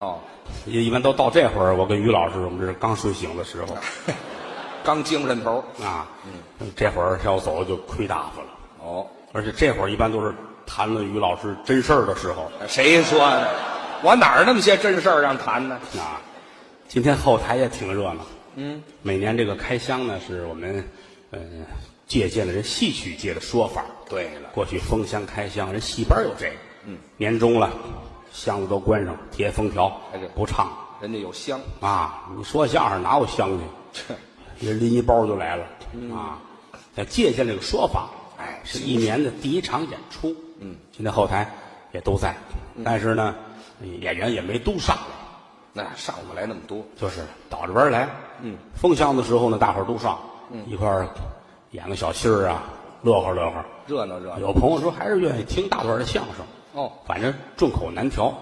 哦，也一般都到这会儿，我跟于老师我们这是刚睡醒的时啊候刚精神头儿啊。嗯这会儿要走就亏大发了，哦，而且这会儿一般都是谈论于老师真事儿的时候谁说的？我哪儿那么些真事儿让谈呢？啊。今天后台也挺热闹，嗯，每年这个开箱呢，是我们嗯、呃借鉴了人戏曲界的说法。对了，过去封箱开箱，人戏班有这个。嗯，年终了，箱子都关上，贴封条哎这，不唱人家有香，啊！你说相声哪有箱去？ 人拎一包就来了啊！要借鉴这个说法，哎是一年的第一场演出。嗯，今天后台也都在，但是呢，嗯演员也没都上来。那上不来那么多，就是倒着班儿来。嗯，封箱的时候呢，大伙儿都上，一块儿演个小戏儿啊，乐呵乐呵。热闹热闹。有朋友说还是愿意听大段儿的相声，哦，反正众口难调。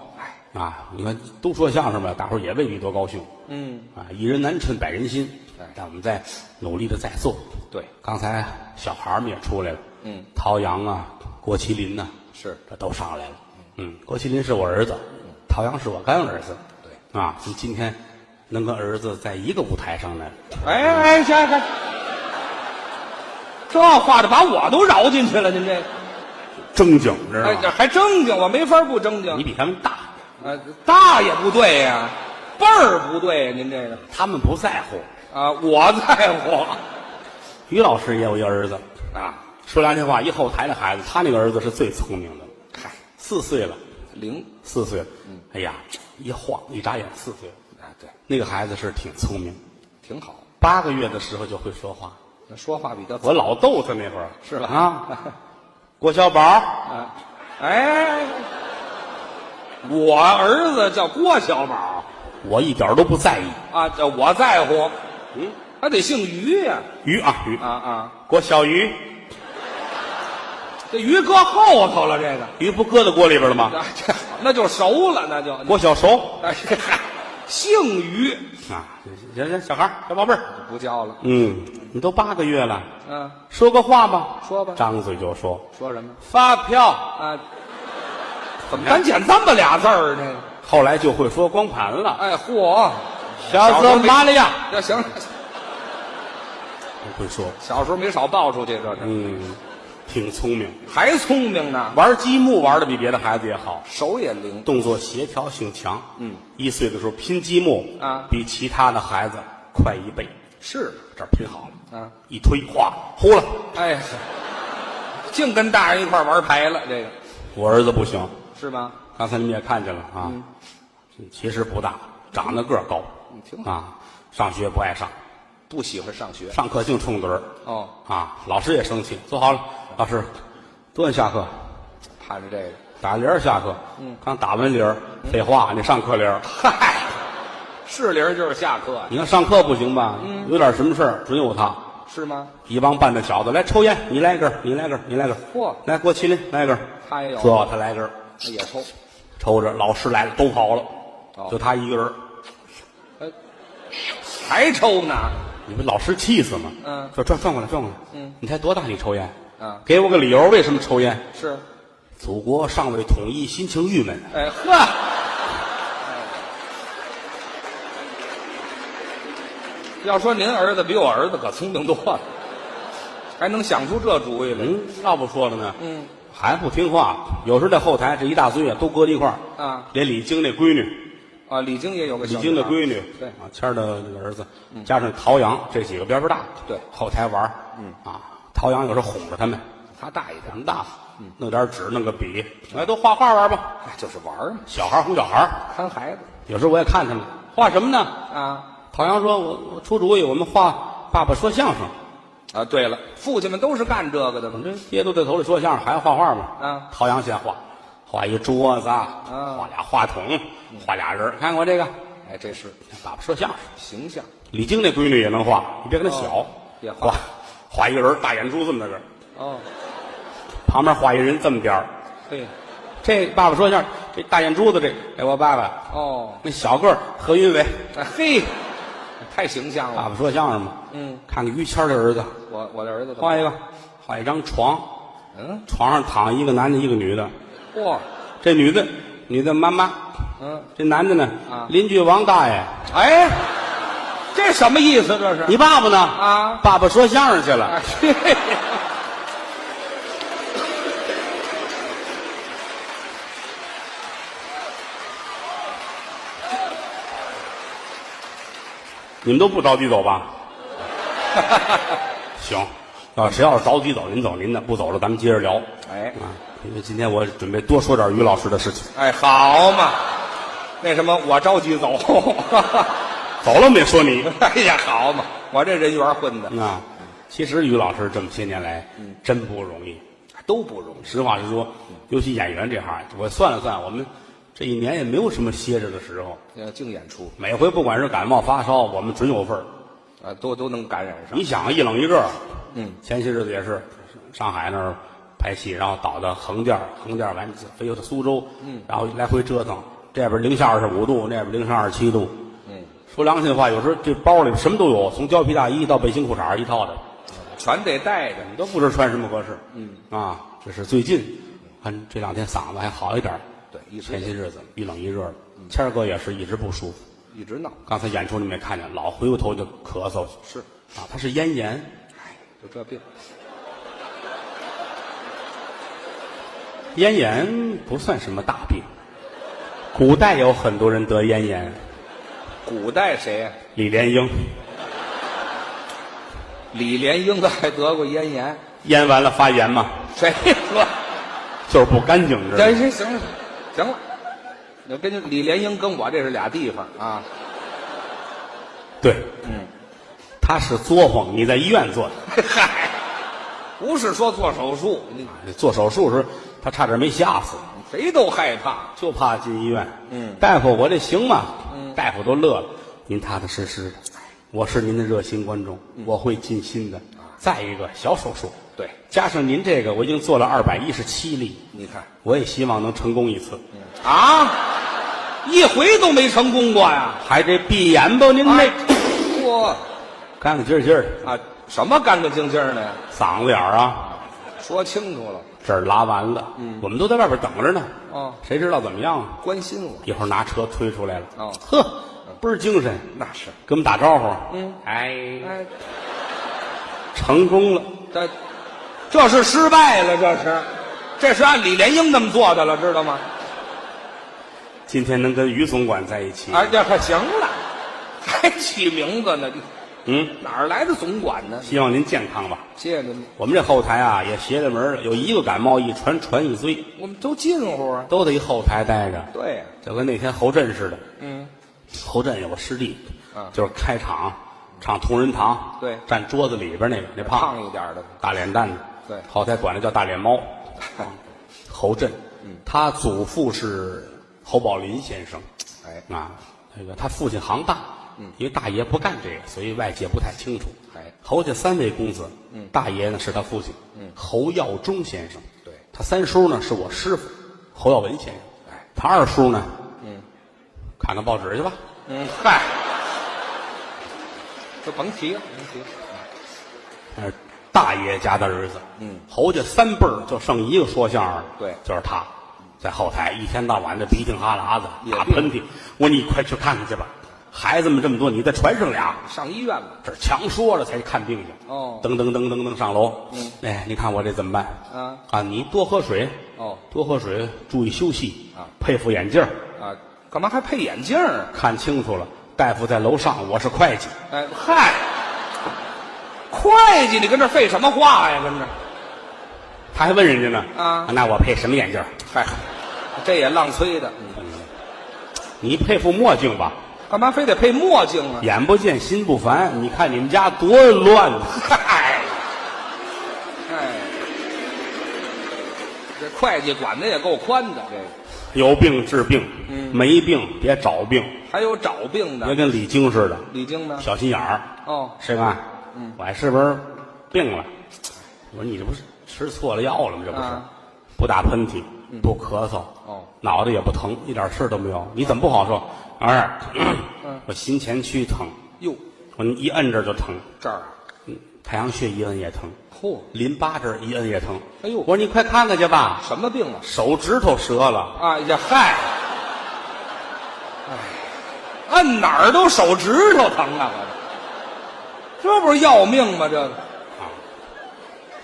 啊，你看都说相声吧，大伙儿也未必多高兴。嗯，啊，一人难趁百人心哎，但我们在努力的在做。对，刚才小孩儿们也出来了，嗯，陶阳啊，郭麒麟呐、是这都上来了。嗯，郭麒麟是我儿子，嗯陶阳是我干儿子。对啊，你今天能跟儿子在一个舞台上来，哎哎，行行，这话的把我都饶进去了，您这，正经知道哎，这吗？还正经，我没法不正你经。比他们大，呃，大也不对呀、辈儿不对呀、您这个他们不在乎。啊，我在乎于老师也有一个儿子，啊，说良心话，一后台的孩子，他那个儿子是最聪明的，嗨，四岁了，零四岁了。哎呀，一晃一眨眼四岁了，啊，对，那个孩子是挺聪明，挺好。八个月的时候就会说话。那说话比较我老逗他那会儿，是吧啊， 郭小宝，啊，哎，我儿子叫郭小宝我一点儿都不在意。啊，这我在乎，嗯，他得姓于呀、鱼啊鱼，啊啊，郭小鱼，这于搁后头了，这个，鱼不搁在锅里边了吗？啊、这那就熟了，那就，郭小熟哎嗨，姓于啊，行行，小孩儿小宝贝儿，不叫了，嗯，你都八个月了，嗯、说个话吧，说吧张嘴就说说什么发票，啊？怎么咱捡这么俩字儿呢？后来就会说光盘了。哎嚯，小小时候子没麻利亚，那行了，会说，小时候没少抱出去，这是嗯，挺聪明，还聪明呢，玩积木玩的比别的孩子也好。手也灵，动作协调性强。嗯，一岁的时候拼积木啊比其他的孩子快一倍。是这儿拼好了，啊。一推，哗，呼了。哎，净跟大人一块玩牌了，这个我儿子不行，是吗？刚才你们也看见了啊，其实不大，长得个儿高嗯挺好啊，上学不爱上，不喜欢上学上课净冲盹儿哦，啊，老师也生气。坐好了，老师，多晚下课？盼着这个。打铃儿下课，嗯，刚打完铃儿，废话，你上课铃 儿。嗨，是铃儿就是下课呀，你看上课不行吧？嗯有点什么事儿准有他。是吗？一帮半大小子来抽烟，你来一根儿，你来一根儿，你来一根儿。嚯来郭麒麟来一根儿，他也有最后他来一根儿，那也抽。抽着老师来了都跑了，哦就他一个人儿。哎，还抽呢？你们老师气死吗？嗯说转转过来，转过来。嗯，你才多大？你抽烟？嗯给我个理由，为什么抽烟？是，祖国尚未统一，心情啊郁闷。哎呵。哎要说您儿子比我儿子可聪明多了，还能想出这主意来。嗯，要不说了呢？嗯，还不听话。有时候在后台这一大堆啊，都搁在一块儿。啊连李菁那闺女，啊，李菁也有个小李菁的女孩闺女，对啊，谦儿的那个儿子，加上陶阳这几个边边大，对后台玩嗯啊，陶阳有时候哄着他们，他大一点咱，们大，弄点纸，弄个笔，来都画画玩吧，哎就是玩儿嘛，小孩儿哄小孩儿。看孩子有时候我也看他们画什么呢？啊。陶阳说：“我我出主意，我们画爸爸说相声。啊，对了，父亲们都是干这个的我嘛。们这爹都在头里说相声，还要画画吗？”啊陶阳先画，画一桌子，画俩话筒，画俩人儿。看我这个，哎，这是爸爸说相声。形象，李菁那闺女也能画，你别跟她小哦，也画画画一个人儿大眼珠这么大个儿，哦，旁边画一人这么点儿。嘿，这爸爸说相声，这大眼珠子这，哎，我爸爸哦，那小个儿何云伟，哎嘿，太形象了。爸爸说相声嘛，嗯，看看于谦儿的儿子，我我的儿子怎么画一个，画一张床，嗯，床上躺一个男的，一个女的，嚯，这女的，女的妈妈，嗯，这男的呢，啊邻居王大爷，哎，这什么意思？这是你爸爸呢？啊爸爸说相声去了。哎嘿嘿嘿你们都不着急走吧？行，要谁要是着急走，您走您的，不走了咱们接着聊。哎啊，因为今天我准备多说点于老师的事情。哎，好嘛，那什么，我着急走。 走了没说你哎呀，好嘛，我这人缘混的啊。其实于老师这么些年来，真不容易。都不容易。实话实说，尤其演员这行，我算了算，我们这一年也没有什么歇着的时候。要呃净演出每回不管是感冒发烧，我们准有份儿。啊，都都能感染上。你想，一冷一热，嗯，前些日子也是上海那儿拍戏，然后倒到横店儿，横店儿完飞到苏州，嗯，然后来回折腾，这边零下二十五度，那边零上二十七度。嗯，说良心话，有时候这包里什么都有，从貂皮大衣到背心裤衩儿一套的，全得带着。你都不知道穿什么合适。嗯，啊，这是最近，看这两天嗓子还好一点儿对，一前直嗯些日子一冷一热的，谦儿哥也是一直不舒服。一直闹，刚才演出你们也看见，老回过头就咳嗽去。是啊，他是咽炎，就这病。咽炎不算什么大病。古代有很多人得咽炎，古代谁啊呀？李莲英李莲英他还得过咽炎，咽完了发炎嘛，谁说？就是不干净，知道行吗？行行了，行了。那跟李莲英跟我这是俩地方啊， 对，嗯，他是作坊，你在医院做的，嗨，不是说做手术，你做手术时他差点没吓死，谁都害怕。就怕进医院。嗯，大夫，我这行吗？大夫都乐了，您踏踏实实的，我是您的热心观众，我会尽心的。再一个小手术，对，加上您这个，我已经做了二百一十七例，你看我也希望能成功一次。啊，一回都没成功过呀。还得闭眼吧，您那哎，嚯干干净净儿，啊，什么干干净净的呀？嗓子眼儿啊，说清楚了，这儿拉完了，嗯我们都在外边等着呢。哦谁知道怎么样啊？关心我一会儿拿车推出来了，哦呵，倍儿精神，那是。跟我们打招呼。嗯，哎，哎，成功了，这这是失败了，这是，这是按李莲英那么做的了，知道吗？今天能跟于总管在一起。哎，这可行了，还起名字呢？嗯，哪儿来的总管呢？希望您健康吧。谢谢您，我们这后台啊也邪了门儿了，有一个感冒一传传一堆，我们都近乎啊。都得后台待着，对呀、就跟那天侯震似的。嗯，侯震有个师弟，啊就是开场唱同仁堂，对站桌子里边那个那胖子胖一点的，大脸蛋子，对后台管他叫大脸 猫。侯震，他祖父是侯宝林先生，哎啊，那个他父亲行大，嗯，因为大爷不干这个，所以外界不太清楚。哎侯家三位公子，嗯，大爷呢是他父亲，嗯，侯耀中先生，对他三叔呢是我师傅侯耀文先生，哎，他二叔呢，嗯，看看报纸去吧，嗯，嗨，就甭提了，甭提了。那是大爷家的儿子。嗯，侯家三辈儿就剩一个说相声的，对就是他，在后台一天到晚的鼻涕哈喇子、也打病喷嚏。我说你快去看看去吧，孩子们这么多，你再传上俩。上医院吧，这儿强说了才看病去。哦噔噔噔噔噔上楼。嗯，哎，你看我这怎么办？啊啊，你多喝水。哦多喝水，注意休息啊，配副眼镜儿啊，干嘛还配眼镜儿啊？看清楚了。大夫在楼上，我是会计。哎，嗨，会计，你跟这儿废什么话呀？跟这儿，他还问人家呢。啊那我配什么眼镜儿？嗨，这也浪催的，你配副墨镜吧。干嘛非得配墨镜啊？眼不见心不烦，你看你们家多乱呐！嗨， 哎，这会计管的也够宽的，这个有病治病，嗯没病别找病，还有找病别的。跟李菁似的，李菁呢？小心眼儿。哦，师傅，我还是不是病了？我说你这不是吃错了药了吗？这不是啊，嗯不打喷嚏，不咳嗽，哦脑袋也不疼，一点事儿都没有。你怎么不好受？儿，嗯我心前区疼，哟，我一摁这儿就疼，这儿啊，嗯太阳穴一摁也疼，嚯，淋巴这儿一摁也疼。哎呦我说你快看看去吧。什么病啊？手指头折了，啊呀，嗨，按哪儿都手指头疼啊！我这，这不是要命吗？这个，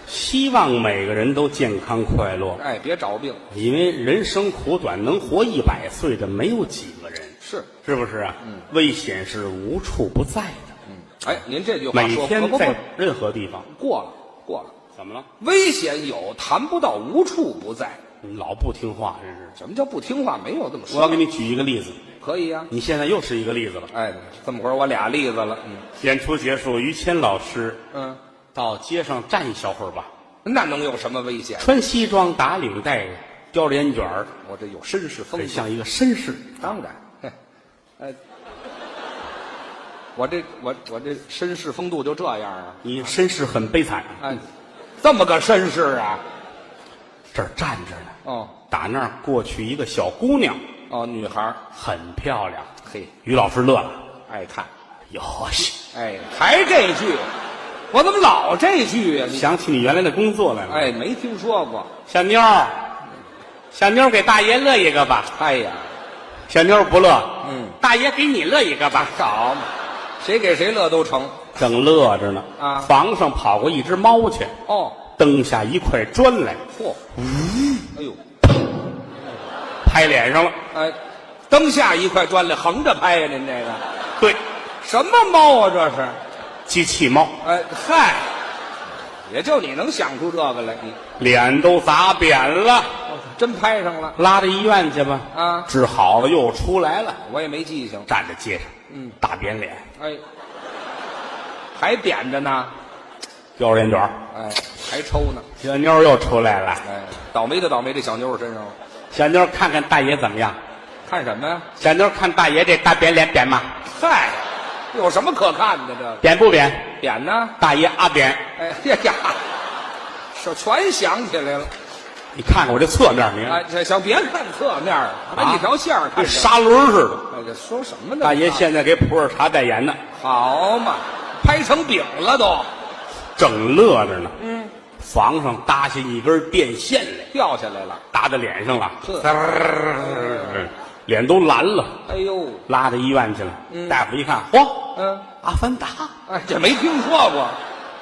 希望每个人都健康快乐，哎，别找病，因为人生苦短，能活一百岁的没有几个人，是，是不是啊？嗯危险是无处不在的，哎，您这句话每说天不不在不任何地方。过了过了，怎么了？危险有，谈不到无处不在。你老不听话，真是。什么叫不听话？没有这么我要说，给你举一个例子，可以呀、你现在又是一个例子了。哎，这么会儿我俩例子了，嗯演出结束，于谦老师嗯，到街上站一小会儿吧，那能有什么危险？穿西装打领带，叼着烟卷儿，我这有绅士风很度，像一个绅士。当然，嘿哎，我这我我这绅士风度就这样啊，你身世很悲惨，哎，这么个绅士啊，这儿站着呢。哦打那儿过去一个小姑娘，哦，女孩儿很漂亮。嘿，于老师乐了，爱看，哟 西，哎，还这句，我怎么老这句呀、你想起你原来的工作来了。，哎，没听说过，小妞儿，小妞儿给大爷乐一个吧。哎呀，小妞儿不乐，嗯，大爷给你乐一个吧。好嘛，谁给谁乐都成正乐着呢，啊房上跑过一只猫去，哦，蹬下一块砖来，嚯，哎呦。拍脸上了。哎，灯下一块砖来，横着拍呀、您这个对，什么猫啊？这是？机器猫哎，嗨，也就你能想出这个来，你脸都砸扁了，真拍上了，拉到医院去吧。啊治好了又出来了，我也没记性。站在街上，嗯，大扁脸，哎，还点着呢，叼着烟卷儿，哎，还抽呢，小妞儿又出来了。哎，倒霉就倒霉这小妞儿身上了。小妞儿看看大爷怎么样？看什么呀？小妞儿看大爷这大扁脸扁吗？嗨，有什么可看的？这个扁不扁？点呢？大爷啊扁，哎呀呀，这全想起来了。你看看我这侧面，你看、哎，这行别看侧面儿，啊按一条线儿看跟着。砂轮似的。哎，这说什么呢？啊大爷现在给普洱茶代言呢，好嘛，拍成饼了都，正乐着呢。嗯，房上搭下一根电线来，掉下来了。搭在脸上了，呵滋儿脸都蓝了，哎呦，拉到医院去了。大夫一看，嚯，嗯，阿凡达，哎，这没听说过，《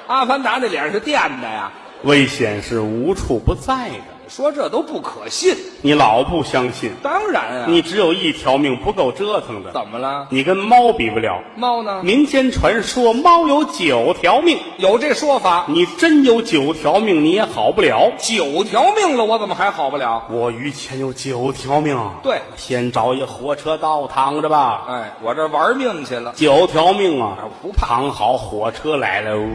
阿凡达》那脸是垫的呀。危险是无处不在的，说这都不可信，你老不相信，当然啊，你只有一条命，不够折腾的。怎么了？你跟猫比不了，猫呢？民间传说猫有九条命，有这说法，你真有九条命，你也好不了。九条命了，我怎么还好不了？我于谦有九条命，啊对先找一火车道躺着吧，哎，我这玩命去了，九条命啊，不怕躺好，火车来了，呜，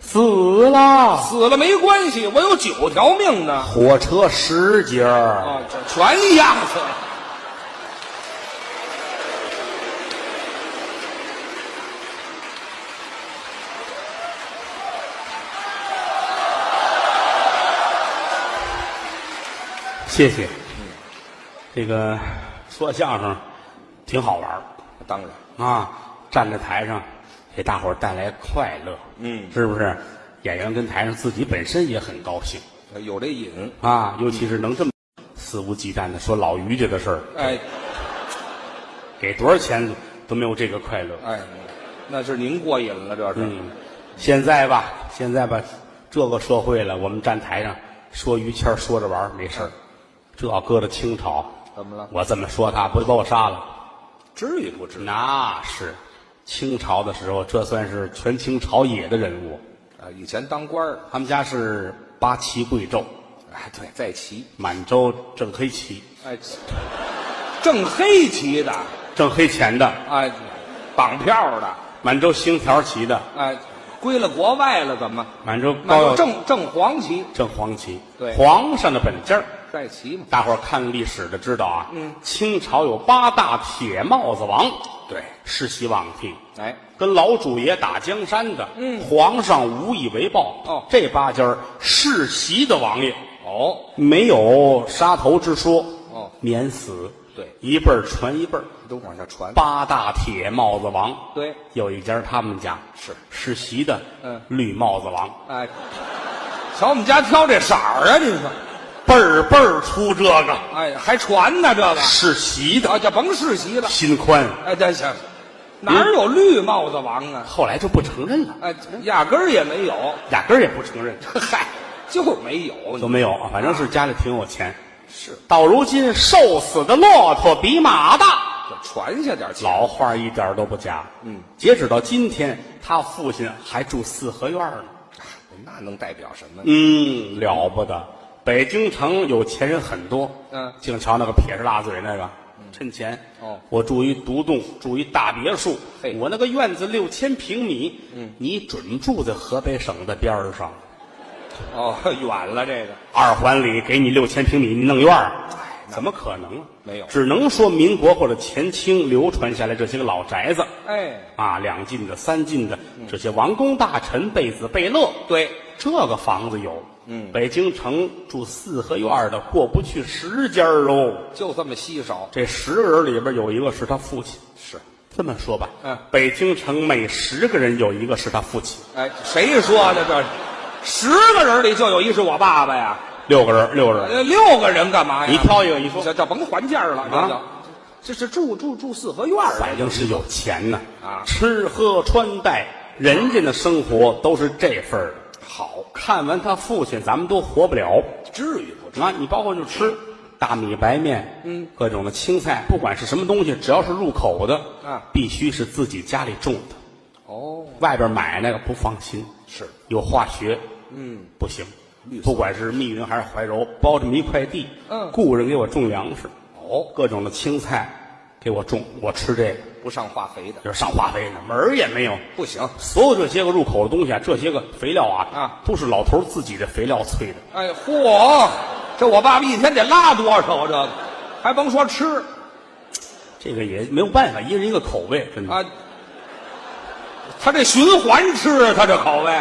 死了，死了没关系，我有九条命呢。火车十节儿，哦，这全压死了。谢谢。这个说相声挺好玩儿当然，啊，站在台上给大伙儿带来快乐，嗯是不是？演员跟台上自己本身也很高兴有这瘾，啊，尤其是能这么肆无忌惮的说老于家的事儿，哎给多少钱都没有这个快乐。哎，那是您过瘾了，这是。嗯，现在吧，现在吧，这个社会了，我们站台上说于谦儿说着玩儿没事儿，这要搁到清朝，怎么了？我这么说他，不就把我杀了？至于不至于？那是清朝的时候，这算是权倾朝野的人物。啊，以前当官儿，他们家是八旗贵胄，哎，对，在旗，满洲正黑旗，哎，正黑旗的，正黑钱的，哎，绑票的，满洲星条旗的，哎，归了国外了，怎么？满洲那高就要正正黄旗，正黄旗，对皇上的本家儿。在旗嘛。大伙儿看历史的知道啊，嗯清朝有八大铁帽子王，对，世袭罔替，哎，跟老主爷打江山的，嗯，皇上无以为报，哦这八家儿世袭的王爷哦，没有杀头之说，哦免死，对，一辈儿传一辈儿，都往下传。八大铁帽子王，对，有一家儿他们家是世袭的，嗯绿帽子王，哎，瞧我们家挑这色儿啊，您说，辈儿辈儿出这个哎，还传呢这个世袭的啊，就甭世袭了。心宽，哎，这行，哪儿有绿帽子王啊？后来就不承认了，哎，压根儿也没有，压根儿也不承认， 嗨，就没有。都没有，反正是家里挺有钱。是，到如今，瘦死的骆驼比马大，就传下点钱。老话一点都不假。嗯，截止到今天，他父亲还住四合院呢。那能代表什么呢？嗯，了不得！北京城有钱人很多，嗯净瞧那个撇着大嘴那个，趁钱。哦我住一独栋，住一大别墅嘿，我那个院子六千平米，嗯，你准住在河北省的边儿上，哦， 远了这个。二环里给你六千平米，你弄院儿，怎么可能啊？哎没有只能说民国或者前清流传下来这些个老宅子，哎，啊，两进的、三进的，嗯这些王公大臣贝子贝勒，对，这个房子有。嗯，北京城住四合院的过不去十家儿哦。就这么稀少。这十个人里边有一个是他父亲。是，这么说吧，嗯北京城每十个人有一个是他父亲，哎，谁说的这？十个人里就有一是我爸爸呀，六个人，六个人。呃，六个人干嘛呀？你挑一个，你说，这这甭还价了，这啊就、这是住住住四合院儿反正是有钱呐啊吃喝穿戴，人家的生活都是这份儿的。好，看完他父亲，咱们都活不了。至于不？啊，你包括就吃大米白面，嗯，各种的青菜，不管是什么东西，只要是入口的，啊必须是自己家里种的，哦，外边买那个不放心，是，有化学，嗯，不行绿。色不管是密云还是怀柔，包这么一块地，嗯雇人给我种粮食，哦，各种的青菜给我种，我吃这个，不上化肥的就是上化肥呢，门儿也没有。不行。所有这些个入口的东西啊，这些个肥料啊，啊，都是老头儿自己的肥料催的。哎，嚯，这我爸爸一天得拉多少啊？这个还甭说吃这个也没有办法，一人一个口味，真的。啊，他这循环吃，啊他这口味。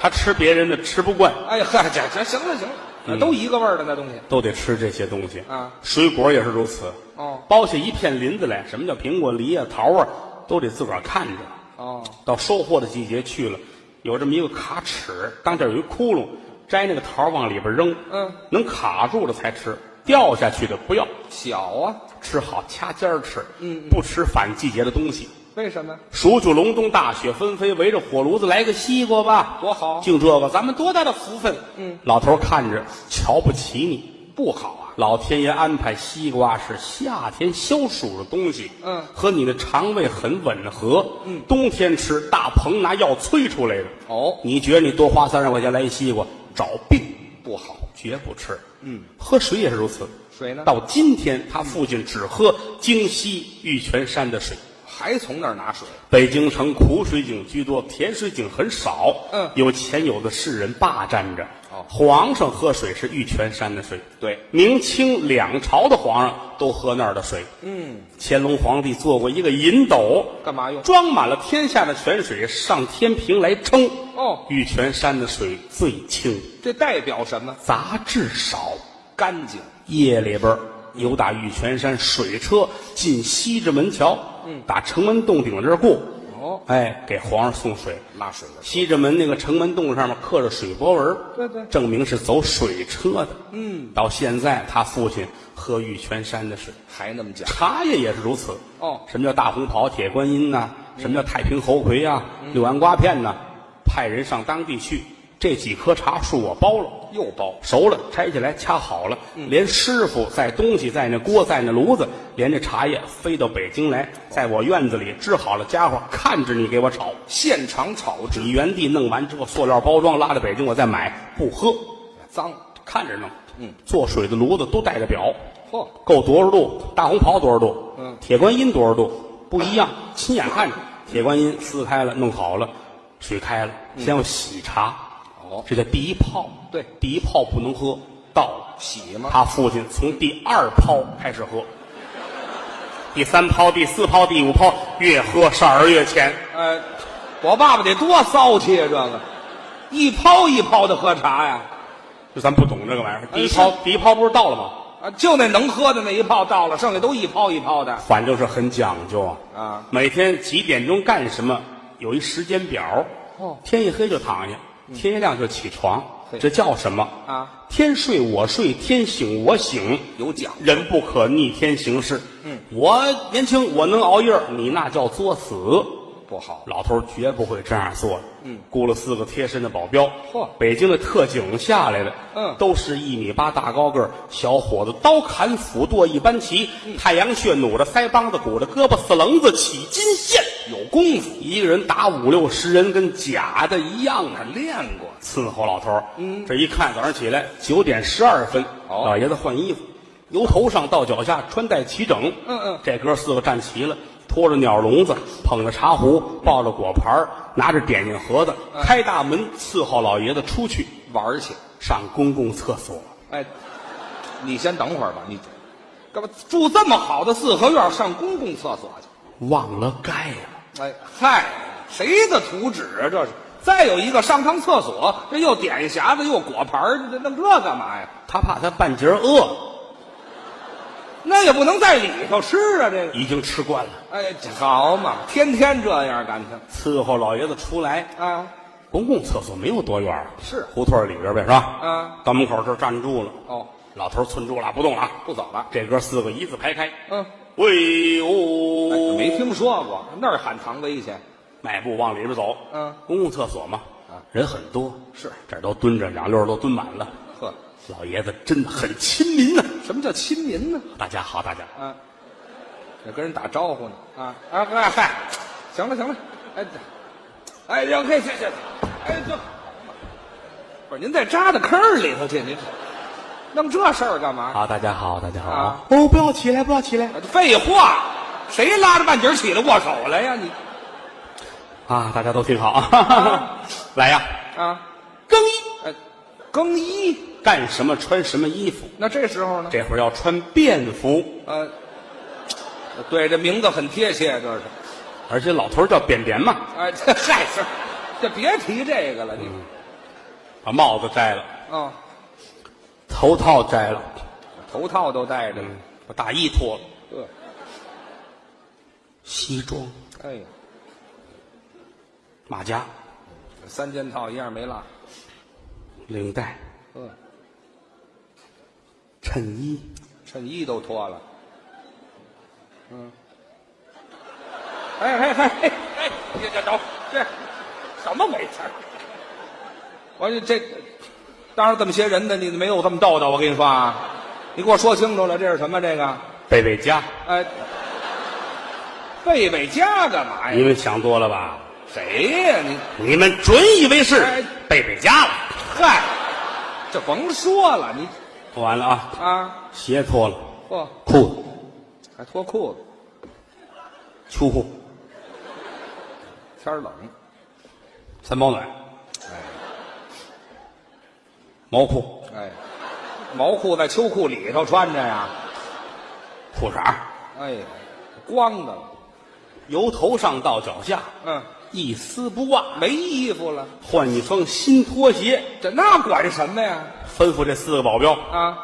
他吃别人的吃不惯，哎嗨，这这行了行了，都一个味儿的那东西。都得吃这些东西啊水果也是如此，哦包下一片林子来，什么叫苹果、梨啊、桃啊，都得自个儿看着。哦，到收获的季节去了，有这么一个卡尺，当这儿有一窟窿，摘那个桃儿往里边扔，嗯，能卡住的才吃，掉下去的不要，小啊，吃好掐尖儿吃，嗯，不吃反季节的东西。为什么？数九隆冬，大雪纷飞，围着火炉子来个西瓜吧，多好啊净这个，咱们多大的福分！嗯，老头儿看着瞧不起你，不好啊！老天爷安排西瓜是夏天消暑的东西，嗯和你的肠胃很吻合，嗯，冬天吃大棚拿药催出来的。哦你觉得你多花三十块钱来一西瓜，找病，不好，绝不吃。嗯，喝水也是如此。水呢到今天，他父亲只喝京西玉泉山的水。还从那儿拿水？北京城苦水井居多，甜水井很少。嗯有钱有的是人霸占着。哦皇上喝水是玉泉山的水。对，明清两朝的皇上都喝那儿的水。嗯，乾隆皇帝做过一个银斗，干嘛用？装满了天下的泉水，上天平来称。哦玉泉山的水最清，这代表什么？杂质少。干净。夜里边儿有打玉泉山水车进西直门桥，嗯，打城门洞顶这儿过，哦，哎，给皇上送水。拉水的。西直门那个城门洞上面刻着水波纹，对对证明是走水车的。嗯，到现在他父亲喝玉泉山的水，还那么讲？茶叶也是如此。哦什么叫大红袍、铁观音呐、嗯什么叫太平猴魁啊、六安瓜片呐、派人上当地去，这几棵茶树我包了。又包熟了，拆下来掐好了，嗯连师傅在东西在那锅在那炉子，连这茶叶飞到北京哦来，在我院子里支好了家伙，看着你给我炒，现场炒制，你原地弄完之后，塑料包装拉到北京，我再买，不喝，脏。看着弄。嗯，做水的炉子都带着表，嚯，够多少度？大红袍多少度？嗯铁观音多少度？不一样，亲眼看着铁观音撕开了，弄好了，水开了，先要洗茶。嗯哦这叫第一泡。对第一泡不能喝，倒了。洗吗？他父亲从第二泡开始喝，第三泡、第四泡、第五泡，越喝色儿越浅。呃，我爸爸得多骚气啊！这个一泡一泡的喝茶呀，就咱不懂这个玩意儿。第一哎是泡，第一泡不是倒了吗？啊，就那能喝的那一泡倒了，剩下都一泡一泡的。反正是很讲究啊。啊，每天几点钟干什么，有一时间表。哦嗯天一黑就躺下，天一亮就起床。对这叫什么？啊，天睡我睡，天醒我醒。有奖人不可逆天行事。嗯，我年轻，我能熬夜儿，你那叫作死。不好，老头儿绝不会这样做的。嗯，雇了四个贴身的保镖。嚯北京的特警下来的，嗯都是一米八大高个儿小伙子，刀砍斧剁一般齐，太阳穴努着腮帮子，鼓着胳膊四棱子起筋线，有功夫。一个人打五六十人，跟假的一样啊！练过伺候老头儿，嗯，这一看早上起来九点十二分，哦老爷子换衣服，由头上到脚下穿戴齐整，嗯嗯这哥四个站齐了，拖着鸟笼子，捧着茶壶，抱着果盘儿拿着点心盒子，嗯开大门伺候老爷子出去玩儿去。上公共厕所。哎，你先等会儿吧，你干嘛住这么好的四合院上公共厕所去？忘了盖了，哎嗨，谁的图纸啊这是？再有一个上趟厕所，这又点匣子又果盘儿，这弄这干嘛呀？他怕他半截儿饿，那也不能在里头吃啊，这个。已经吃惯了，哎，好嘛，天天这样感情伺候老爷子出来，啊，公共厕所没有多远儿，是胡同儿里边儿呗，是吧？嗯，到门口这儿站住了，哦，老头儿寸住了，不动了啊，不走了。这哥四个一字排开，嗯，喂呦，哎没听说过那儿喊唐威去，迈步往里边走，嗯，公共厕所嘛，啊，人很多，是这儿都蹲着，两溜儿都蹲满了。呵，老爷子真的很亲民呐、什么叫亲民呢？大家好，大家啊，也跟人打招呼呢。啊啊嗨嗨，行了行了，哎，哎，行嘿，行行，哎这，不是您再扎到坑儿里头去，您弄这事儿干嘛？好，大家好，大家好。啊哦，不要起来，不要起来哎废话，谁拉着半截儿起来握手来呀？你啊！大家都挺好 啊，来呀，啊，更衣，哎，更衣，干什么穿什么衣服，那这时候呢？这会儿要穿便服，呃，对，这名字很贴切，这是。而且老头儿叫扁扁嘛，哎，这嗨是，这别提这个了，你把帽子摘了，啊，头套摘了，嗯头套都戴着呢。把大衣脱了，呃，西装、哎呀，马甲、三件套一样没落。领带、嗯，衬衣，衬衣都脱了。嗯，哎哎哎哎哎，你这等这什么鬼事儿？我说这，当然这么些人呢，你没有这么逗的，我跟你说啊，你给我说清楚了，这是什么？这个，贝贝佳，哎，贝贝家干嘛你呀？们想多了吧？谁呀、你？你们准以为是哎贝贝佳了。嗨，这甭说了，你脱完了啊，啊，鞋脱了，嚯，裤子、还脱裤子，秋裤、天儿冷，三保暖、毛裤、哎，毛裤在秋裤里头穿着呀，裤衩，哎，光的了，由头上到脚下嗯，一丝不挂，没衣服了，换一双新拖鞋。这那管什么呀？吩咐这四个保镖啊，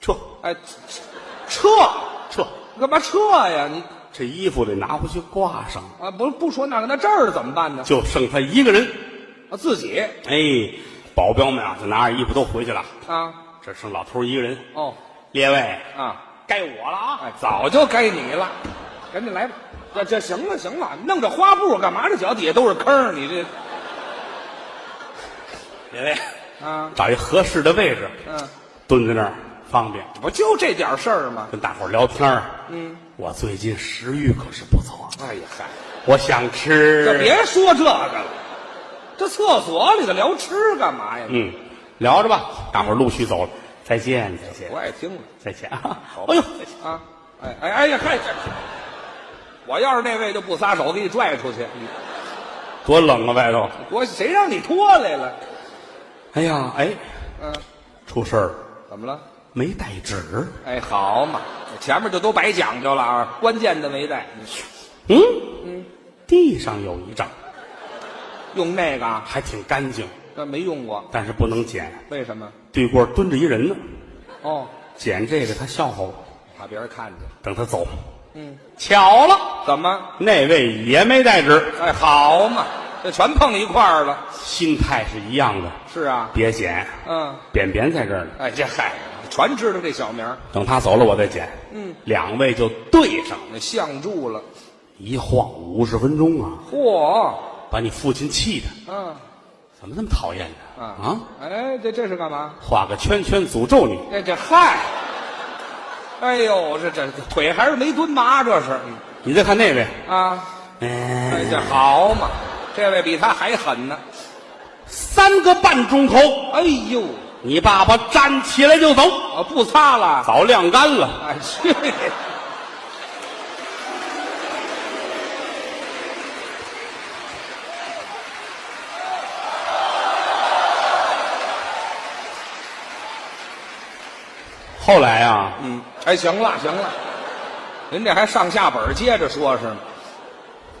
撤哎，撤，撤，干嘛撤呀？你这衣服得拿回去挂上，啊，不不说那个，那这儿怎么办呢？就剩他一个人。啊，自己哎，保镖们啊，就拿着衣服都回去了，啊，只剩老头一个人。哦，列位，啊，该我了啊！哎，早就该你了，赶紧来吧。这这行了行了，弄这花布干嘛？这脚底下都是坑儿，你这列位，啊。找一合适的位置，嗯，蹲在那儿方便，不就这点事儿吗？跟大伙儿聊天儿。嗯，我最近食欲可是不错，哎呀嗨，我想吃。这别说这个了，这厕所里头聊吃干嘛呀？嗯，聊着吧，大伙儿陆续走了，再见，再见我，爱听了再见啊！好 吧哎呦，啊！哎哎哎呀嗨，这我要是那位就不撒手，给你拽出去。你多冷啊，外头！我谁让你拖来了？哎呀，哎，嗯、出事儿了，怎么了？没带纸。哎，好嘛，前面就都白讲究了啊，关键的没带，你嗯嗯，地上有一张，用那个啊还挺干净，那没用过，但是不能捡。为什么？对过蹲着一人呢，哦，捡这个他笑话我。怕别人看见。等他走，嗯，巧了，怎么？那位也没带纸，哎，好嘛，这全碰一块儿了。心态是一样的，是啊，别剪，嗯，扁扁在这儿呢。哎，这嗨，全知道这小名儿，等他走了，我再剪。嗯，两位就对上了，那相助了。一晃五十分钟啊，嚯，把你父亲气的，嗯怎么那么讨厌呢？啊，，哎，这这是干嘛？画个圈圈诅咒你。这这嗨，哎呦，这这这腿还是没蹲麻，这是你再看那位，啊，哎，哎，这好嘛，这位比他还狠呢。三个半钟头，哎呦，你爸爸站起来就走，啊，不擦了，早晾干了。哎去你！后来啊，嗯，哎，行了行了，您这还上下本儿接着说是吗？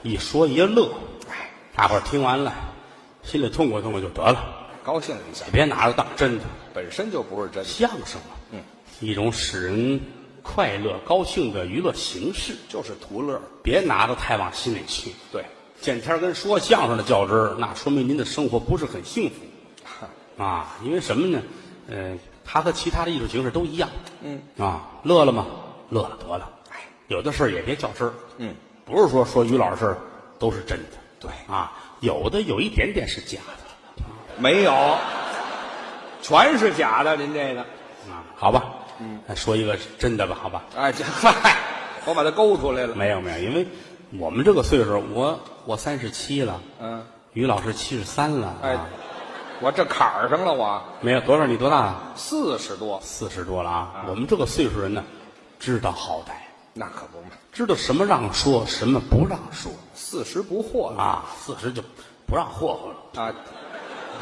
一说一乐，哎，大伙儿听完了，心里痛快痛快就得了，高兴一下也，别拿着当真的。本身就不是真的，相声嘛，嗯，一种使人快乐高兴的娱乐形式，就是图乐。别拿着太往心里去。对，见天儿跟说相声的较真儿，那说明您的生活不是很幸福 啊。因为什么呢？呃，它和其他的艺术形式都一样。嗯啊，乐了吗？乐了得了。哎，有的事儿也别较真儿。嗯，不是说说于老师都是真的。对啊，有的有一点点是假的没有，全是假的。您这个，啊。好吧，嗯，说一个真的吧，好吧。哎，这嗨，我把它勾出来了。没有没有，因为我们这个岁数，我我三十七了，嗯，于老师七十三了。哎啊，我这坎儿上了我，没有多少？你多大了？四十多，四十多了啊！我们这个岁数人呢，知道好歹，那可不嘛，知道什么让说，什么不让说四十不惑了啊。四十就不让霍霍了啊。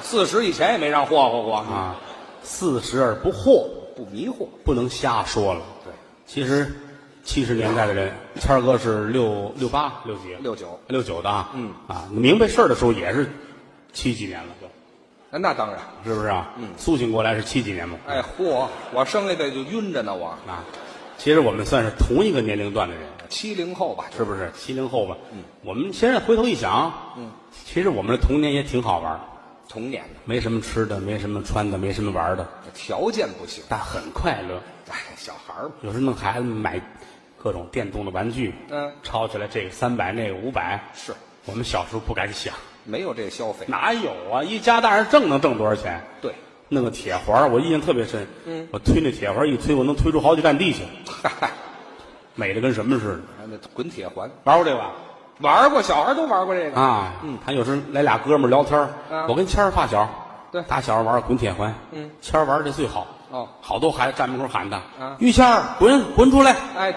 四十以前也没让霍霍过，啊，四十而不惑，不迷惑。不能瞎说了。对，其实七十年代的人，谦儿哥是六六八六几六九，六九的啊，嗯啊，你明白事儿的时候也是七几年了就。那那当然。是不是啊？嗯，苏醒过来是七几年嘛？哎嚯，我生下来就晕着呢，我啊，其实我们算是同一个年龄段的人，七零后吧，是不是？七零后吧。嗯，我们现在回头一想，嗯，其实我们的童年也挺好玩儿，童年的，没什么吃的，没什么穿的，没什么玩儿的，条件不行，但很快乐。哎，小孩儿嘛，有时候弄孩子们买各种电动的玩具，嗯抄起来这个三百，那个五百，是我们小时候不敢想，没有这消费。哪有啊？一家大人挣能挣多少钱？对，弄个铁环儿，我印象特别深。嗯，我推那铁环儿一推，我能推出好几站地去。嗨，美的跟什么似的。那滚铁环玩过这个玩过，小孩儿都玩过这个。啊？嗯，他有时候来俩哥们儿聊天儿啊我跟谦儿发小，对打小玩滚铁环，嗯，谦儿玩这最好。哦好多孩子站门口喊他啊，于谦儿滚滚出来，哎，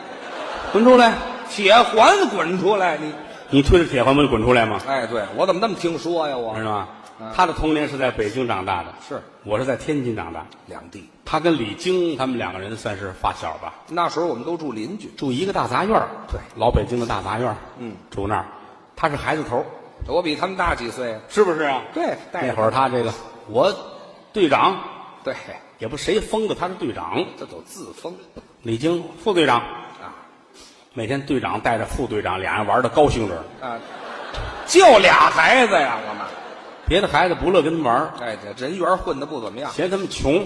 滚出来！铁环滚出来，你你推着铁环不就滚出来吗？哎，对我怎么那么听说呀？我知道吗？他的童年是在北京长大的，是我是在天津长大。两地，他跟李菁他们两个人算是发小吧，那时候我们都住邻居，住一个大杂院儿对，老北京的大杂院儿嗯，住那儿，他是孩子头儿，我比他们大几岁。是不是啊？对，带那着会儿他这个我队长，对，也不谁封的，他是队长，这都自封李菁副队长，啊每天队长带着副队长俩人玩的高兴着呢，啊，就俩孩子呀，我妈。别的孩子不乐跟他们玩儿，哎，这人缘混的不怎么样，嫌他们穷。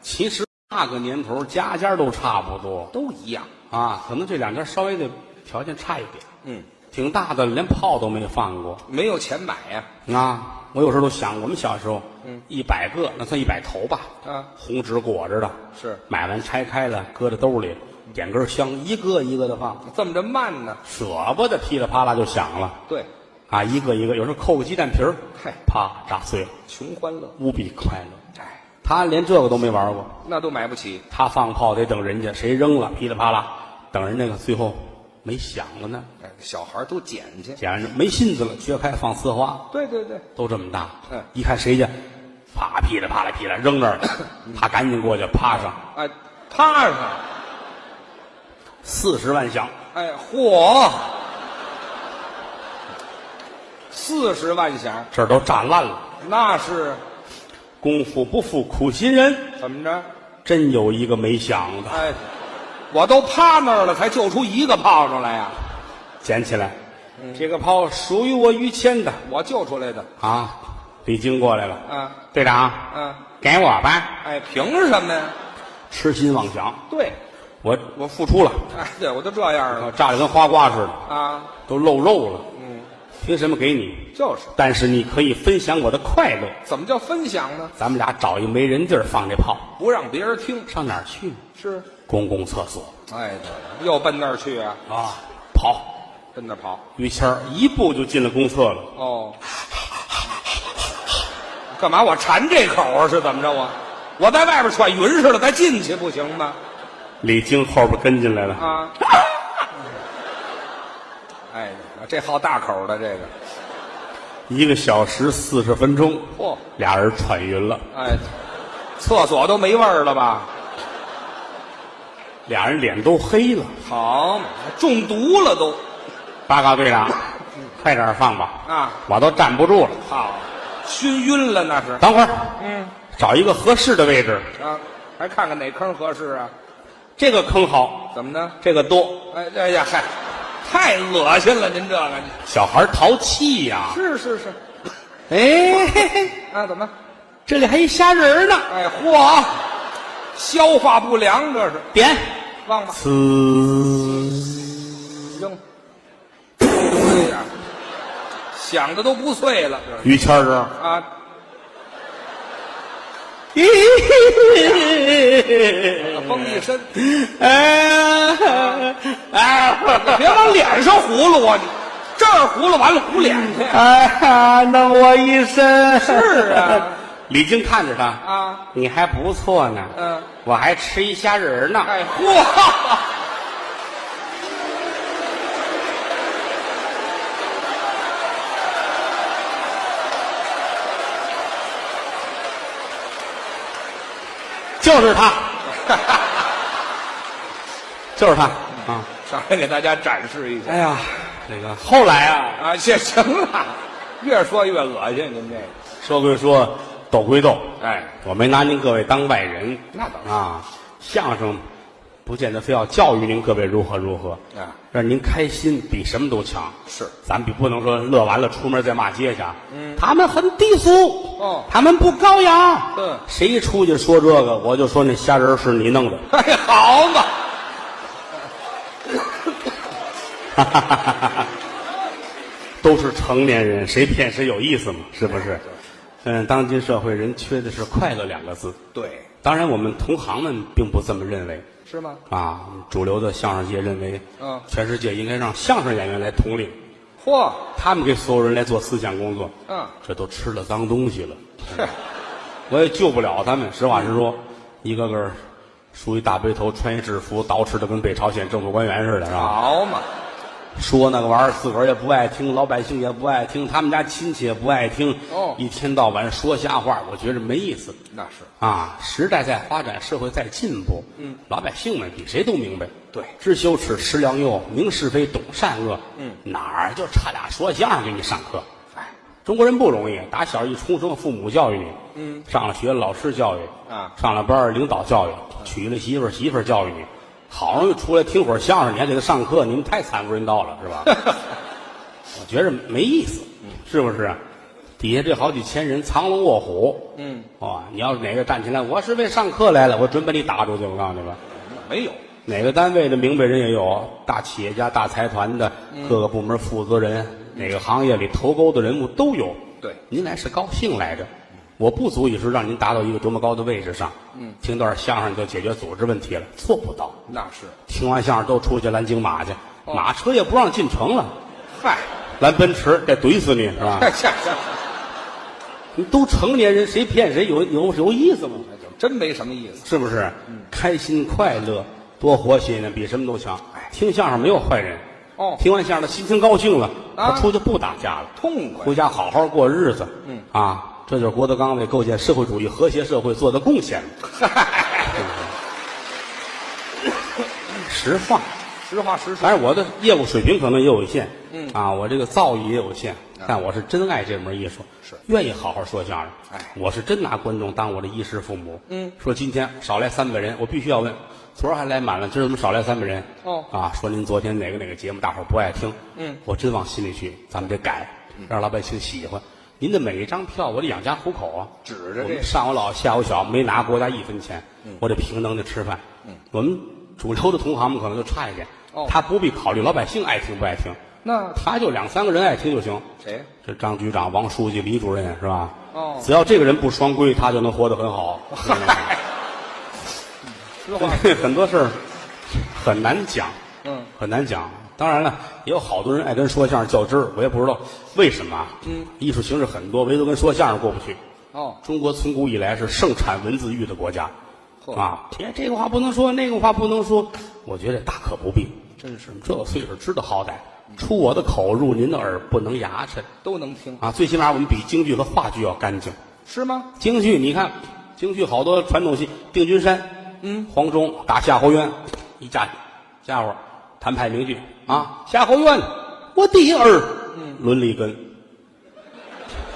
其实那个年头家家都差不多都一样。啊，可能这两家稍微的条件差一点，嗯，挺大的，连炮都没放过没有钱买呀、啊。我有时候都想，我们小时候，嗯，一百个那算一百头吧，啊，红纸裹着的，是买完拆开了，搁在兜里，点根香，一个一个的放，这么着慢呢？舍不得噼里啪啦就响了对，啊，一个一个，有时候扣个鸡蛋皮儿嘿，啪炸碎了，穷欢乐，无比快乐。哎，他连这个都没玩过，那都买不起。他放炮得等人家谁扔了，噼里啪啦，等人那个最后没响了呢，哎，小孩都捡去。简直没心思了，掘开放丝花，对对对，都这么大，嗯一看谁家，啪噼里啪啦噼里扔那儿了， 他赶紧过去趴上，哎，趴上，四十万响，哎，嚯，四十万响，这儿都炸烂了。那是功夫不负苦心人，怎么着？真有一个没响的，哎，我都趴那儿了，才救出一个炮仗来呀、捡起来，嗯这个炮属于我于谦的我救出来的啊。李菁过来了，啊，队长，嗯，给我吧。哎，凭什么呀？痴心妄想，对，我我付出了，哎，对我都这样了炸的跟花瓜似的，啊，都露肉了。嗯，凭什么给你？就是但是你可以分享我的快乐。怎么叫分享呢？咱们俩找一没人地儿放这炮，不让别人听上哪儿去？是，公共厕所哎，对，又奔那儿去啊，啊，跑！跟那儿跑于谦儿一步就进了公厕了。哦。干嘛？我馋这口啊？是怎么着我？我在外边喘匀似的，再进去不行吗？李菁后边跟进来了，啊！哎，这好大口的这个，一个小时四十分钟，嚯、俩人喘匀了，哎，厕所都没味儿了吧？俩人脸都黑了。好嘛，中毒了都报告队长，快点儿放吧，啊！我都站不住了。好，熏晕了那是。等会儿嗯找一个合适的位置，啊，还看看哪坑合适啊？这个坑好，怎么呢？这个多，哎哎呀嗨，太恶心了！您这个小孩儿淘气呀、是是是哎嘿嘿，啊？怎么？这里还一虾仁儿呢，哎嚯，消化不良这是，点，忘吧，呲，扔。哎呀，想的都不碎了，这是于谦儿这儿。啊。 崩崩一身，哎哎，别往脸上葫芦啊！你这儿葫芦完了糊脸去哎，弄我一身。是啊。李菁看着他，啊！你还不错呢。嗯，我还吃一虾仁儿呢。哎嚯！ 就是他，就是他啊！上来给大家展示一下哎呀，这个后来啊，啊！这行了，越说越恶心，您这个。说归说，斗归斗，哎，我没拿您各位当外人那倒是啊。相声不见得非要教育您各位如何如何，啊，让您开心比什么都强。是嗯咱比不能说乐完了出门再骂街去啊。他们很低俗，哦他们不高雅。嗯谁一出去说这个，我就说那虾仁儿是你弄的。哎，好嘛，都是成年人，谁骗谁有意思嘛？是不是？嗯，当今社会人缺的是快乐两个字。对，当然，我们同行们并不这么认为是吗？啊。主流的相声界认为，嗯全世界应该让相声演员来统领，嚯，他们给所有人来做思想工作。嗯，这都吃了脏东西了，是，我也救不了他们。实话实说，一个个儿梳一大背头，穿一制服，捯饬的跟北朝鲜政府官员似的，是吧？好嘛，说那个玩意儿，自个儿也不爱听，老百姓也不爱听，他们家亲戚也不爱听。哦一天到晚说瞎话，我觉着没意思那是啊！时代在发展，社会在进步，嗯，老百姓们比谁都明白，对知羞耻，识良莠，明是非，懂善恶，嗯，哪儿就差俩说相声给你上课。哎，中国人不容易，打小一出生，父母教育你，嗯，上了学老师教育，啊嗯上了班儿领导教育，娶了媳妇儿媳妇儿教育你，好容易出来听会儿相声，你还给他上课，你们太惨无人道了，是吧？ 我觉着没意思，嗯是不是？啊底下这好几千人藏龙卧虎，嗯，哦，你要是哪个站起来，我是为上课来了，我准把你打出去，我告诉你吧。没有，哪个单位的明白人也有，大企业家、大财团的各个部门负责人，哪个行业里头钩的人物都有。对您来是高兴来着，我不足以说让您达到一个多么高的位置上。嗯，听段相声就解决组织问题了，做不到。那是，听完相声都出去拦京马去，哦马车也不让进城了，嗨，拦奔驰得怼死你是吧？ 这这这，你都成年人，谁骗谁有有有意思吗？真没什么意思。是不是？开心快乐，多活些呢，比什么都强。听相声没有坏人。哦，听完相声，他心情高兴了，啊他出去不打架了，痛快回家好好过日子。嗯啊，这就是郭德纲为构建社会主义和谐社会做的贡献。实话，实话实说哎但是我的业务水平可能也有限，嗯啊，我这个造诣也有限，啊但我是真爱这门艺术，是愿意好好说相声。哎我是真拿观众当我的衣食父母。嗯，说今天少来三百人，我必须要问，昨儿还来满了，今儿怎么少来三百人？哦啊，说您昨天哪个哪个节目大伙儿不爱听？嗯，我真往心里去，咱们得改，让老百姓喜欢。您的每一张票，我得养家糊口啊，指着这个我们上有老下有小，没拿国家一分钱，嗯我得平等的吃饭。我们主流的同行们可能就差一点，哦他不必考虑老百姓爱听不爱听，那他就两三个人爱听就行。谁？这张局长、王书记、李主任是吧？哦只要这个人不双规，他就能活得很好。 实话，很多事儿很难讲，嗯，很难讲。当然了，也有好多人爱跟说相声较真儿，我也不知道为什么。嗯，艺术形式很多，唯独跟说相声过不去。哦，中国从古以来是盛产文字狱的国家，嚯啊，这这个话不能说，那个话不能说，我觉得大可不必。真是这个岁数知道好歹，出我的口入您的耳，不能牙碜都能听，啊！最起码我们比京剧和话剧要干净。是吗？京剧你看，京剧好多传统戏，定军山，嗯，黄忠打夏侯渊，一家家伙谭派名剧啊，夏侯渊，我的儿，嗯，伦理根，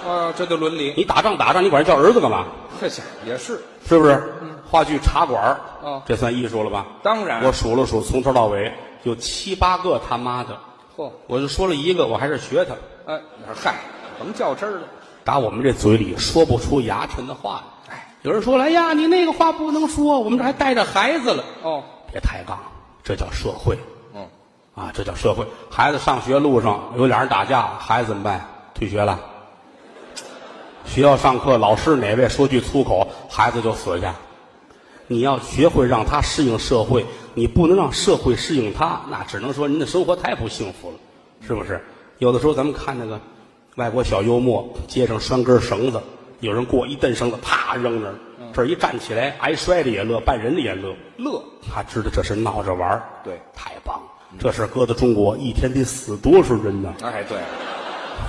啊，这就伦理，你打仗打仗，你管人叫儿子干嘛？这是也是，是不是？话剧茶馆儿哦这算艺术了吧？当然我数了数，从头到尾有七八个他妈的，嚯，我就说了一个，我还是学他，哎，嗨，甭较真儿了，打我们这嘴里说不出牙碜的话来。哎，有人说了，哎呀，你那个话不能说，我们这还带着孩子了，哦，别抬杠，这叫社会嗯，啊，这叫社会。孩子上学路上有俩人打架，孩子怎么办？退学了。学校上课，老师哪位说句粗口，孩子就死去。你要学会让他适应社会，你不能让社会适应他，那只能说您的生活太不幸福了，是不是？有的时候咱们看那个外国小幽默，街上拴根绳子，有人过一蹬绳子，啪扔那儿，这儿一站起来，挨摔的也乐，绊人的也乐，乐，他知道这是闹着玩儿对太棒了。这事儿搁在中国，一天得死多少人呢？哎，对，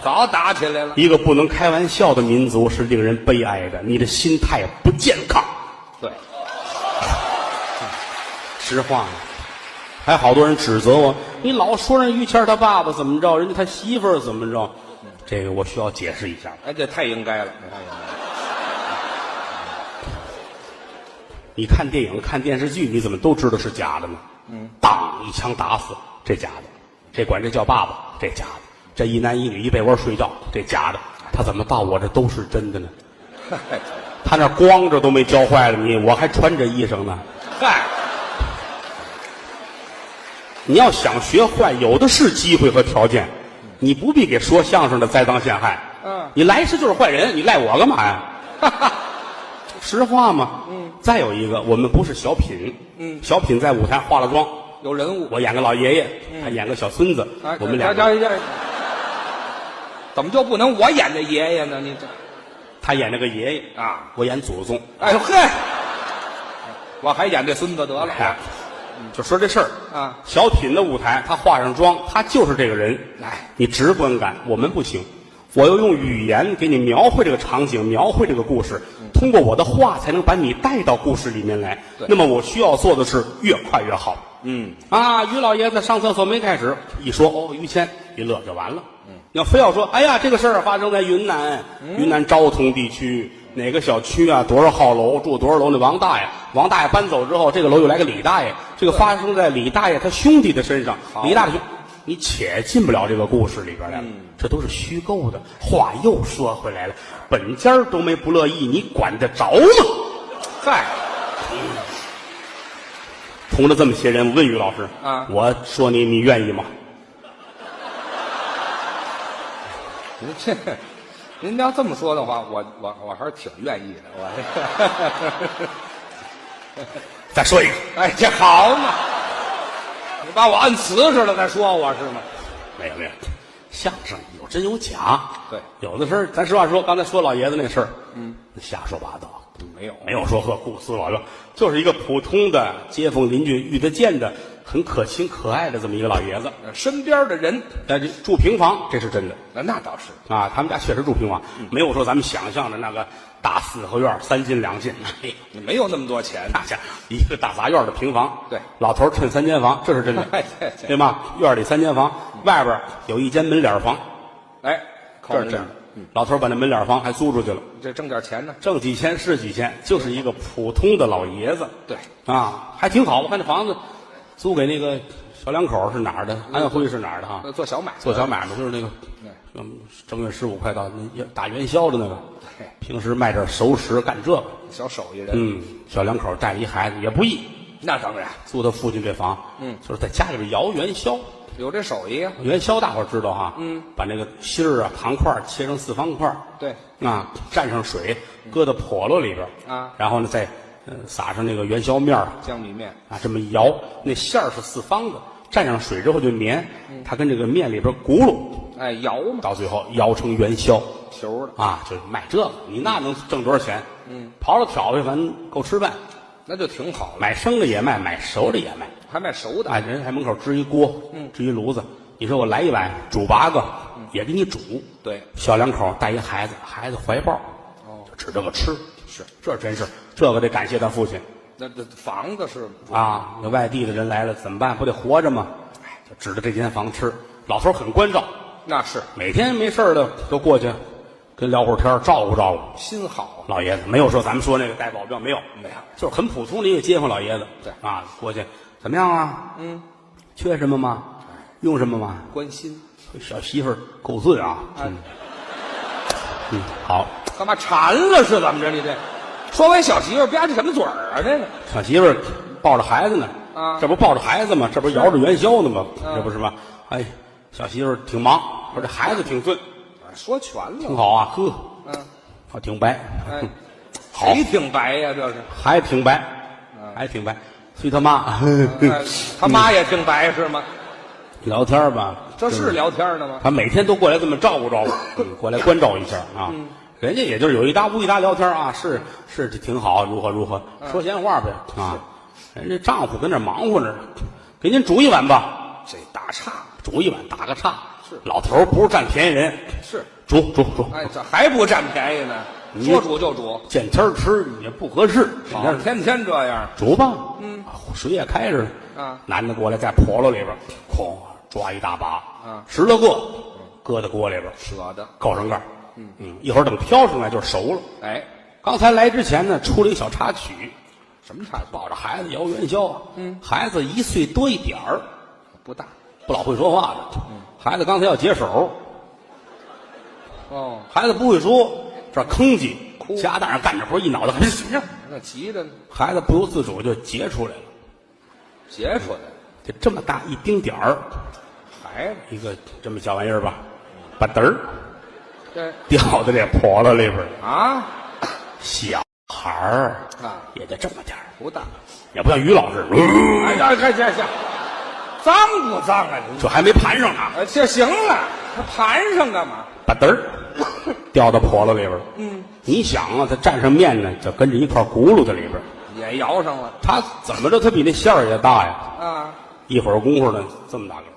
早打起来了，一个不能开玩笑的民族是令人悲哀的。你的心态不健康，对，实话。还好多人指责我，你老说人于谦儿他爸爸怎么着，人家他媳妇儿怎么着，这个我需要解释一下。哎，这太应该了，太应该了，你看电影、看电视剧，你怎么都知道是假的呢？嗯，当一枪打死，这假的；这管这叫爸爸，这假的；这一男一女一被窝睡觉，这假的。他怎么到我这都是真的呢？嗨，他那光着都没教坏了你，我还穿着衣裳呢。嗨，你要想学坏，有的是机会和条件，你不必给说相声的栽赃陷害。嗯你来世就是坏人，你赖我干嘛呀？ 实话嘛。嗯。再有一个，我们不是小品。嗯。小品在舞台化了妆，有人物，我演个老爷爷，他演个小孙子，哎我们俩家家家怎么就不能我演这爷爷呢？你这，他演那个爷爷啊，我演祖宗。哎呦嘿，我还演这孙子得了，哎，就说这事儿啊小品的舞台，他化上妆，他就是这个人。哎，你直观感，我们不行。我要用语言给你描绘这个场景，描绘这个故事，通过我的话才能把你带到故事里面来。对那么我需要做的是越快越好。嗯，啊，于老爷子上厕所没开始，一说哦，于谦一乐就完了。嗯，要非要说，哎呀，这个事儿发生在云南，嗯云南昭通地区哪个小区啊，多少号楼住多少楼那王大爷，王大爷搬走之后，这个楼又来个李大爷，这个发生在李大爷他兄弟的身上，好嗯李大爷兄，你且进不了这个故事里边来了。这都是虚构的。话又说回来了，本家儿都没不乐意，你管得着吗？嗨，同着这么些人，我问于老师啊我说你，你愿意吗？您这，您要这么说的话，我我我还是挺愿意的，我再说一个。这，哎，这好嘛，你把我按瓷实了再说我是吗？没有没有，相声有真有假。对有的时候咱实话说，刚才说老爷子那事儿，嗯，瞎说八道，没有，没有说和顾思老爷，就是一个普通的街坊邻居遇得见的，很可亲可爱的这么一个老爷子。呃身边的人，但是住平房，这是真的那那倒是，啊，他们家确实住平房，嗯没有说咱们想象的那个大四合院三进两进，嘿，没有那么多钱，大家一个大杂院的平房，对老头儿趁三间房，这是真的， 哎对对对吗？院里三间房，外边有一间门脸房，哎，这靠儿门这脸样，嗯老头儿把那门脸房还租出去了，这挣点钱呢。挣几千是几千，就是一个普通的老爷子。对，啊，还挺好。我看这房子租给那个小两口儿是哪儿的？安徽是哪儿的啊？那呃做小买卖做小买卖就是那个，嗯，正月十五快到，那打元宵的那个对，平时卖点熟食干这个。小手艺人，嗯，小两口儿带一孩子也不易，那当然租他父亲这房，嗯，就是在家里边摇元宵。有这手艺啊。元宵大伙儿知道哈，嗯，把那个芯儿啊、糖块儿切成四方块儿，对，啊，蘸上水，搁到笸箩里边儿啊然后呢再呃撒上那个元宵面儿江米面啊，这么一摇，那馅儿是四方的，蘸上水之后就粘，它跟这个面里边咕噜，哎，摇嘛，到最后摇成元宵球的，啊，就是卖这个，你那能挣多少钱？嗯，刨了挑呗，反正够吃饭，那就挺好了。买生的也卖，买熟的也卖，还卖熟的，啊，人还门口支一锅，嗯，支一炉子，你说我来一碗煮八个，也给你煮，对，小两口带一孩子，孩子怀抱，哦，就指这个吃，是这真是这个得感谢他父亲。那这房子是啊，那外地的人来了怎么办？不得活着吗？哎，就指着这间房吃。老头儿很关照，那是每天没事儿的都过去跟聊会儿天儿，照顾照顾。心好啊，老爷子没有说咱们说那个带保镖没有，没有就是很普通的一个街坊老爷子。嗯对啊，过去怎么样啊？嗯，哎缺什么吗？用什么吗？关心，小媳妇儿够醉啊！哎嗯，好，干嘛馋了是怎么着？你这说完小媳妇儿吧唧什么嘴儿啊？这个小媳妇儿抱着孩子呢，啊这不抱着孩子吗？这不摇着元宵呢吗？嗯这不是吗？哎，小媳妇儿挺忙，说这孩子挺俊，哎说全挺了，好啊，呵，嗯，啊，挺白，哎，好谁，嗯挺白呀？这是，还挺白，还挺白，随他妈哎他妈也挺白是吗？ 聊天儿吧，这就是聊天呢吗？他每天都过来这么照顾照顾，嗯过来关照一下啊。嗯人家也就是有一搭无一搭聊天啊，是是挺好，如何如何，嗯说闲话呗啊。人家丈夫跟那儿忙活着呢，给您煮一碗吧，这打岔煮一碗打个岔。是老头儿不是占便宜人，是，煮煮煮，哎，这还不占便宜呢？说煮就煮，见天儿吃也不合适，好那天天这样，煮吧，嗯，水也开着呢。啊男的过来在笸箩里边，哐抓一大把，啊十来个，搁在锅里边，舍得，扣上盖儿嗯一会儿等飘上来就熟了。哎，刚才来之前呢，出了一个小插曲，什么差距抱着孩子摇元宵。嗯，孩子一岁多一点儿，不大不老会说话的。嗯孩子刚才要解手，哦？孩子不会说，这儿吭叽哭，家大人干着活一脑袋，那急着呢，孩子不由自主就结出来了，结出来就这么大一丁点儿，孩子，一个这么小玩意儿吧，把嘚儿这掉到这婆箩里边儿，啊小孩儿啊也就这么点儿，不大，也不像于老师，嗯哎呀，行行行，脏不脏啊你？这还没盘上呢，哎，这行了，他盘上干嘛？把嘚儿掉到婆箩里边儿。嗯，你想啊，他蘸上面呢，就跟着一块儿咕噜在里边儿。也摇上了他怎么着，他比那馅儿也大呀！啊，一会儿功夫呢，这么大个儿，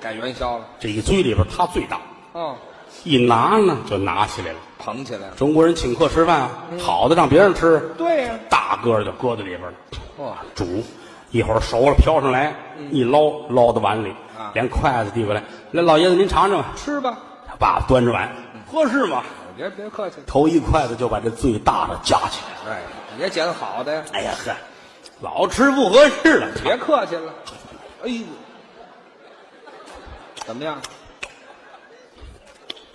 改元宵了，这一堆里边儿他最大，哦，一拿呢就拿起来了。捧起来了，中国人请客吃饭啊，好的让别人吃，对呀，大个儿就搁在里边儿了，哇，煮。一会儿熟了飘上来，一捞捞到碗里啊，连筷子递过来，来老爷子您尝尝吧。吃吧，他爸爸端着碗，合适吗？别别客气，头一筷子就把这最大的夹起来。哎，也捡好的呀，哎呀呵，老吃不合适了。别客气了，哎呦，怎么样？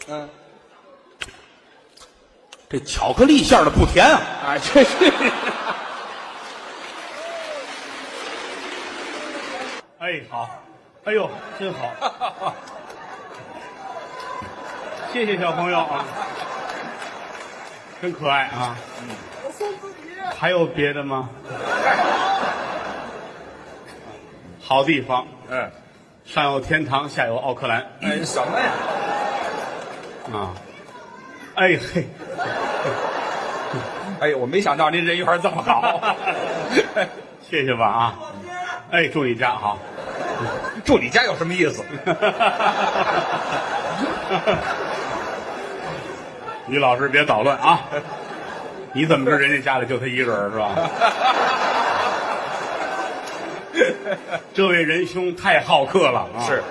嗯，这巧克力馅儿的不甜啊，哎，这是，哎，好，哎呦，真好，谢谢小朋友啊，真可爱啊。还有别的吗？好地方，嗯，上有天堂，下有奥克兰哎，什么呀？啊。哎嘿，哎呀，我没想到您人缘这么好， 谢谢吧啊。哎，祝你家好。住你家有什么意思？于老师别捣乱啊！你怎么知人家家里就他一人儿是吧？ 这位仁兄太好客了啊！是，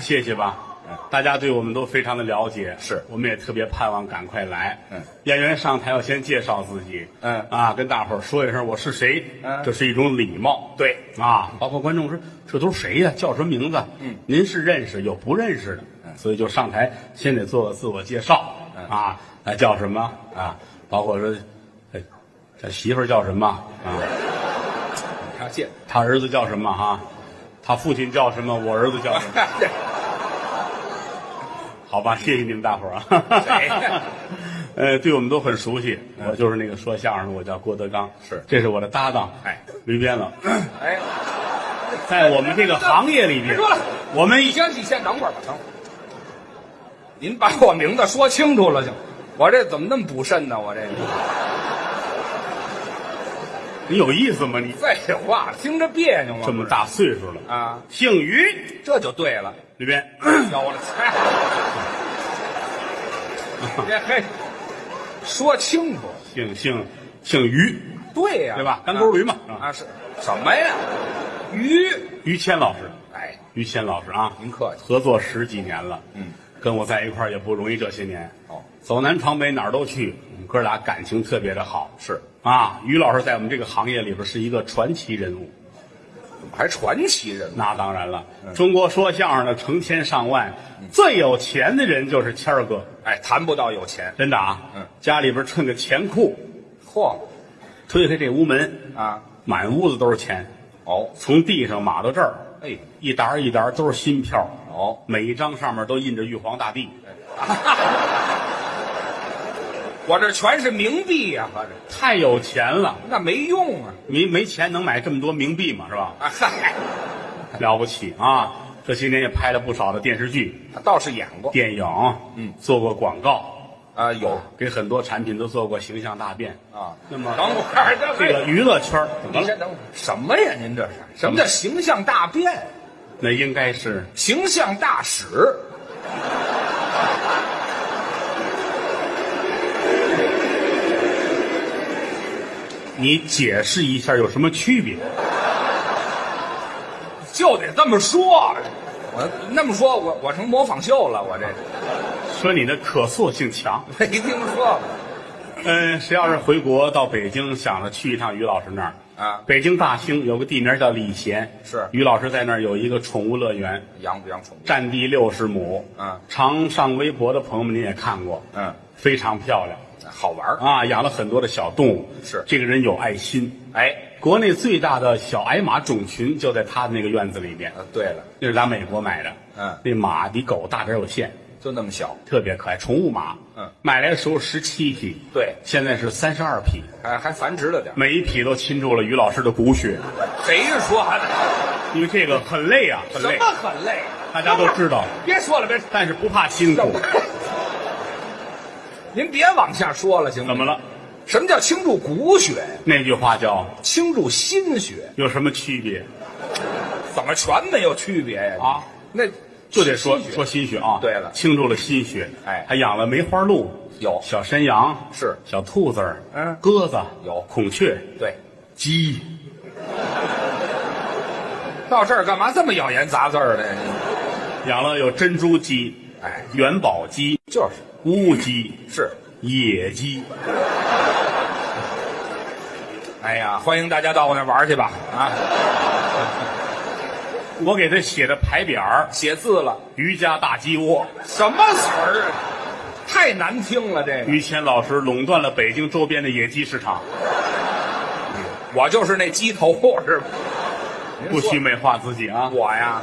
谢谢吧。大家对我们都非常的了解，嗯是我们也特别盼望赶快来。嗯，演员上台要先介绍自己，嗯啊，跟大伙儿说一声我是谁，嗯这是一种礼貌。对啊，包括观众说这都是谁呀、叫什么名字？嗯，您是认识有不认识的，嗯所以就上台先得做个自我介绍，啊，哎叫什么啊？包括说，哎，他媳妇儿叫什么啊？他见他儿子叫什么哈、他父亲叫什么？我儿子叫什么？哎好吧， 谢谢你们大伙儿啊。 呃，对我们都很熟悉。我就是那个说相声的，我叫郭德纲，是这是我的搭档，哎，驴鞭子，哎， 在我们这个行业里边别说了，我们你先你先等会儿吧，等会儿。您把我名字说清楚了行？我这怎么那么补肾呢？我这个你有意思吗？你废话，听着别扭这吗？么大岁数了，啊，姓于，这就对了。驴鞭，要我的菜。这嘿，说清楚，姓姓姓于，对呀、对吧干沟驴嘛啊是什么呀？鱼。于谦老师，哎，于谦老师啊，您客气合作十几年了，嗯，跟我在一块儿也不容易，这些年哦，走南闯北哪儿都去，我们哥俩感情特别的好，是啊，于老师在我们这个行业里边是一个传奇人物，怎么还传奇人物？那当然了，中国说相声的成千上万，最有钱的人就是谦儿哥，哎，谈不到有钱。真的啊，嗯，家里边衬个钱库，嚯推开这屋门，啊！满屋子都是钱，哦，从地上码到这儿，哎，一沓儿一沓儿都是新票，哦，每一张上面都印着玉皇大帝。我这全是冥币呀、合着太有钱了，那没用啊！没没钱能买这么多冥币嘛，是吧？啊嗨，了不起啊！这些年也拍了不少的电视剧、他倒是演过电影，嗯，做过广告，啊，有给很多产品都做过形象大变。啊。那么等会儿，这这个嘿，娱乐圈儿怎么您了？先等会儿。什么呀？您这是什么叫形象大变？那应该是形象大使。你解释一下有什么区别？就得这么说。我那么说，我我成模仿秀了，我这说你的可塑性强。没听说嗯，谁要是回国到北京，想着去一趟于老师那儿啊北京大兴有个地名叫礼贤，是于老师在那儿有一个宠物乐园，养不养宠物？占地六十亩。嗯常上微博的朋友们您也看过，嗯，非常漂亮好玩儿。啊，养了很多的小动物。是这个人有爱心。哎，国内最大的小矮马种群就在他的那个院子里面，呃，对了，那是咱美国买的。嗯那马比狗大点儿有限，就那么小。特别可爱，宠物马。嗯，买来的时候十七匹，对现在是三十二匹，还还繁殖了点儿。每一匹都侵入了于老师的骨血，谁说的？因为这个很累啊，很 什累，么很累？大家都知道，别说了，别说了但是不怕辛苦。 您别往下说了，行吗？怎么？了？什么叫倾注骨血？那句话叫倾注心血，有什么区别？怎么全没有区别呀？啊，那就得说心血说心血啊。对了倾注了心血，哎还养了梅花鹿，有小山羊，是小兔子儿，嗯鸽子有孔雀，对。鸡，到这儿干嘛这么咬言杂字儿呢？养了有珍珠鸡，哎，元宝鸡，就是乌鸡，是。野鸡。哎呀，欢迎大家到我那玩儿去吧！啊，我给他写的牌匾儿写字了，于家大鸡窝。什么词儿啊？太难听了，这个于谦老师垄断了北京周边的野鸡市场，我就是那鸡头是吧？不许您美化自己啊说！我呀，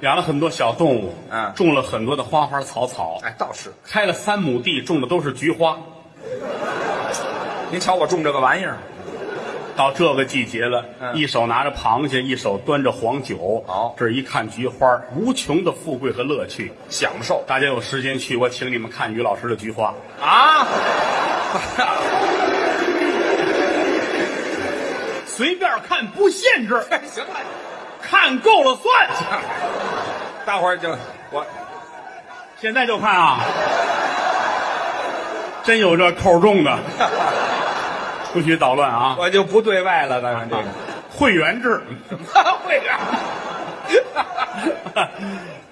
养了很多小动物，嗯种了很多的花花草草，哎，倒是开了三亩地，种的都是菊花。您瞧我种这个玩意儿，到这个季节了，嗯一手拿着螃蟹，一手端着黄酒，好这一看菊花，无穷的富贵和乐趣。享受大家有时间去，我请你们看于老师的菊花。啊！随便看，不限制，哎行了，看够了算。大伙儿就我现在就看啊，真有这扣中的，不许捣乱啊！我就不对外了，当然这啊 会员制，个会员。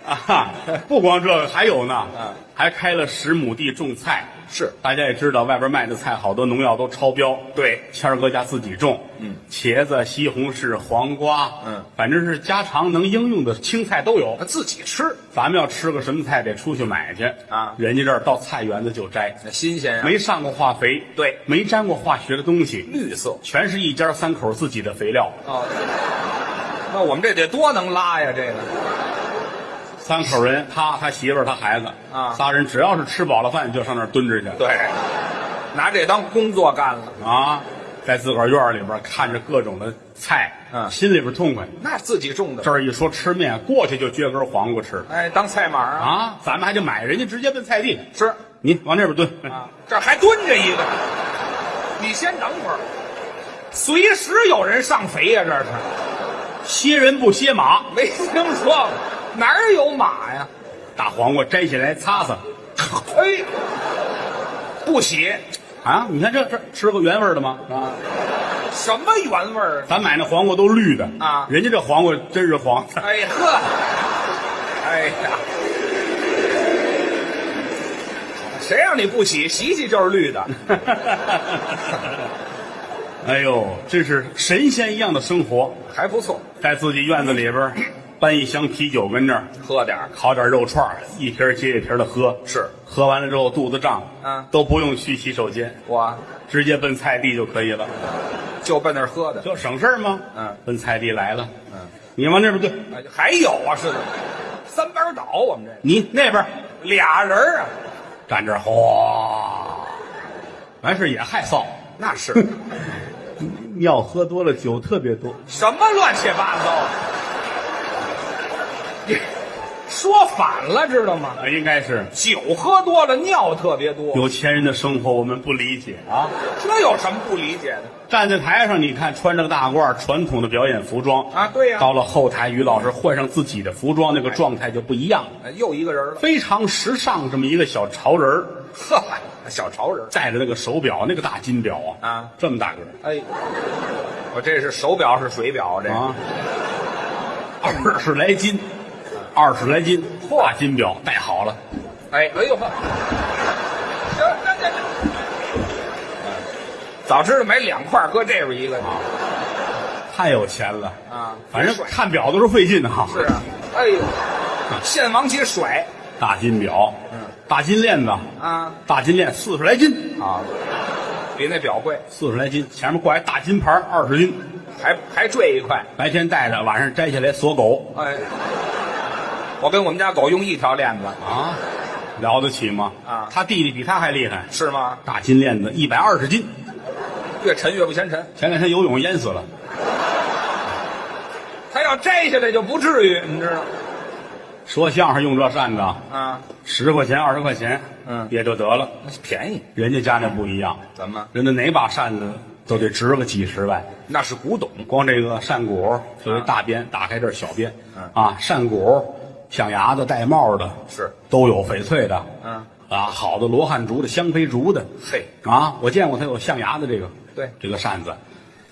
啊，不光这个，还有呢，嗯还开了十亩地种菜。是大家也知道，外边卖的菜好多农药都超标。对谦儿哥家自己种，嗯，茄子、西红柿、黄瓜，嗯，反正是家常能应用的青菜都有那。自己吃，咱们要吃个什么菜，得出去买去啊人家这儿到菜园子就摘，那新鲜啊，没上过化肥，对没沾过化学的东西，绿色全是一家三口自己的肥料。哦。那我们这得多能拉呀，这个三口人，他、他媳妇儿、他孩子啊仨人只要是吃饱了饭就上那儿蹲着去对，拿这当工作干了，啊，在自个儿院儿里边儿看着各种的菜，嗯心里边儿痛快。那自己种这的，儿一说吃面，过去就撅根黄瓜吃哎，当菜码啊，啊，咱们还得买，人家直接奔菜地，是你往那边蹲啊，这儿还蹲着一个，你先等会儿，随时有人上肥呀、这是歇人不歇马，没听说过，哪儿有马呀？大黄瓜摘下来擦擦哎，不洗，啊，你看这这吃过原味儿的吗？啊，什么原味儿啊？咱买那黄瓜都绿的啊人家这黄瓜真是黄的， 哎呵，哎呀，谁让你不洗？洗洗就是绿的。哎呦，真是神仙一样的生活，还不错，在自己院子里边儿搬一箱啤酒跟那儿。喝点儿烤点肉串儿，一瓶儿接一瓶儿的喝，是喝完了之后肚子胀，嗯都不用去洗手间，我直接奔菜地就可以了，就奔那儿喝的。就省事儿吗？嗯，奔菜地来了，嗯，你往那边对，哎还有啊，是的，三班倒，我们这你那边个俩人儿啊，站这儿，哗，完事儿也害臊，那是尿喝多了，酒特别多，什么乱七八糟的，你说反了，知道吗？啊，应该是酒喝多了，尿特别多，有钱人的生活我们不理解啊。这有什么不理解的？站在台上，你看穿着个大褂儿，传统的表演服装啊对呀到了后台，于老师换上自己的服装，那个状态就不一样了。哎又一个人了，非常时尚这么一个小潮人儿，呵，小潮人。戴着那个手表，那个大金表啊，啊，这么大个儿哎，我这是手表是水表这个啊，二十来斤，二十来斤，大金表戴好了，哎，哎呦呵，行，这这这，早知道买两块儿搁这边一个太有钱了啊啊反正帅看表都是费劲哈、是啊，哎呦，现往起甩大金表，嗯大金链子，啊大金链四十来斤，啊，比那表贵，四十来斤，前面挂一大金牌二十斤，还还坠一块，白天戴着，晚上摘下来锁狗哎，我跟我们家狗用一条链子，啊，了得起吗？啊他弟弟比他还厉害，是吗？大金链子一百二十斤。越沉越不嫌沉，前两天游泳淹死了，它要摘下来就不至于，你知道吗说相声用这扇子啊，啊？十块钱二十块钱，嗯也就得了。那是便宜，人家家那不一样，怎么？人家哪把扇子都得值个几十万，那是古董，光这个扇骨就一大边，打开这是小边啊嗯，啊，扇骨、象牙的、戴帽的，是都有翡翠的，嗯，啊，好的罗汉竹的、香妃竹的，嘿，啊，我见过它有象牙的这个，对这个扇子，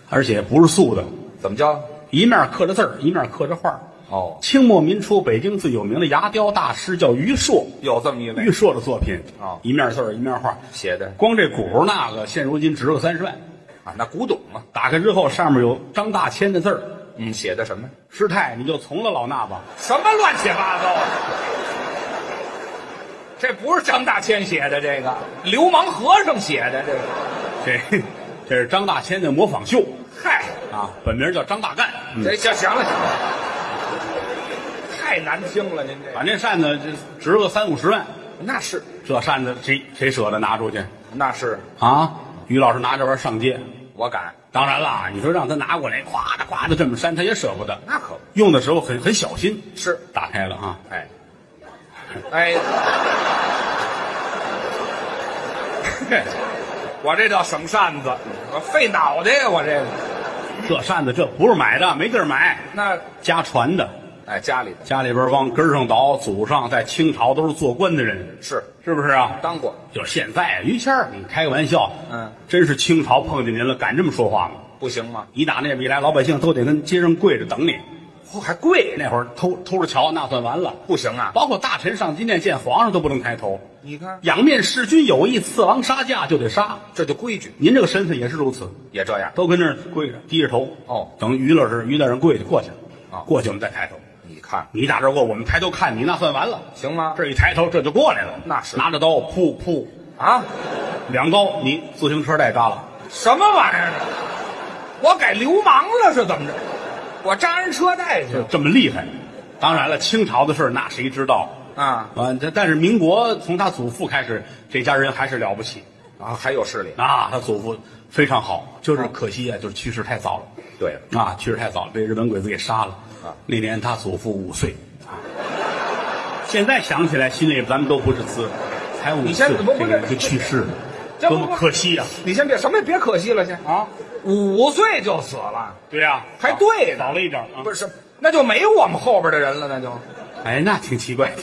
而且不是素的，怎么叫？一面刻着字儿，一面刻着画儿。哦，清末民初，北京最有名的牙雕大师叫于硕，有这么一位于硕的作品哦一面字儿一面画，写的光这鼓儿那个，现如今值个三十万。啊，那古董啊，打开之后，上面有张大千的字儿。嗯，写的什么？师太，你就从了老衲吧。 什么乱七八糟的？这不是张大千写的，这个流氓和尚写的，这个这这是张大千的模仿秀嗨，啊，本名叫张大干。嗯，这行行了，行了，太难听了，您这把这扇子这值个三五十万，那是这扇子谁谁舍得拿出去那是，啊？于老师拿这玩意儿上街，我敢，当然啦，你说让他拿过来，咵的咵的这么扇，他也舍不得。那可不用的时候很很小心。是，打开了啊，哎，哎，嘿 我这叫省扇子，我费脑袋呀，我这个这扇子这不是买的，没地儿买，那家传的，哎家里的家里边往根儿上倒，祖上在清朝都是做官的人，是是不是啊？当过，就是现在，于谦儿，你开个玩笑，嗯，真是清朝碰见您了，敢这么说话吗？不行吗？你打那边一来，老百姓都得跟街上跪着等你，嚯哦还贵呢，那会儿偷偷着瞧，那算完了。不行啊！包括大臣上金殿见皇上都不能抬头，你看仰面弑君有意，刺王杀驾就得杀。这就规矩您这个身份也是如此，也这样。都跟那儿跪着，低着头。哦等于老师于大人跪下过去了，啊过去我们再抬头。你看你打这儿过，我们抬头看你，那算完了。行吗？这一抬头，这就过来了。啊那是拿着刀，噗噗，啊，两刀，你自行车带扎了。什么玩意儿？啊我改流氓了是怎么着？我扎人车带去就这么厉害。当然了，清朝的事儿那谁知道啊啊，但但是民国从他祖父开始，这家人还是了不起啊！还有势力？啊，他祖父非常好，哦就是可惜啊，就是去世太早了对了，啊，去世太早了，被日本鬼子给杀了啊。那年他祖父五岁啊，现在想起来心里咱们都不是滋味，才五你岁先，不不这个这人就去世了，这不多么可惜啊！你先别什么也别可惜了，先啊，五岁就死了，对呀，还对早呢，了一点啊不。是？那就没我们后边的人了，那就哎，那挺奇怪的，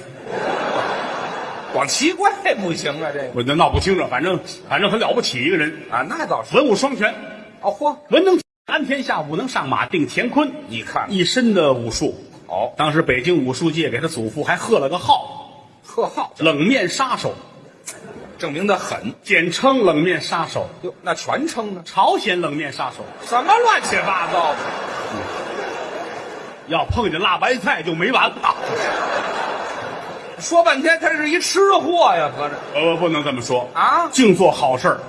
光奇怪不行啊，这个我就闹不清楚，反正反正很了不起一个人，啊，那倒是文武双全。哦，嚯，文能安天下，武能上马定乾坤，你看一身的武术。哦，当时北京武术界给他祖父还贺了个号贺号“冷面杀手”，证明的很简称“冷面杀手哟，那全称呢”，？朝鲜冷面杀手。什么乱七八糟的？要碰见辣白菜就没完了。说半天他是一吃货呀，合着呃，不能这么说啊净做好事儿，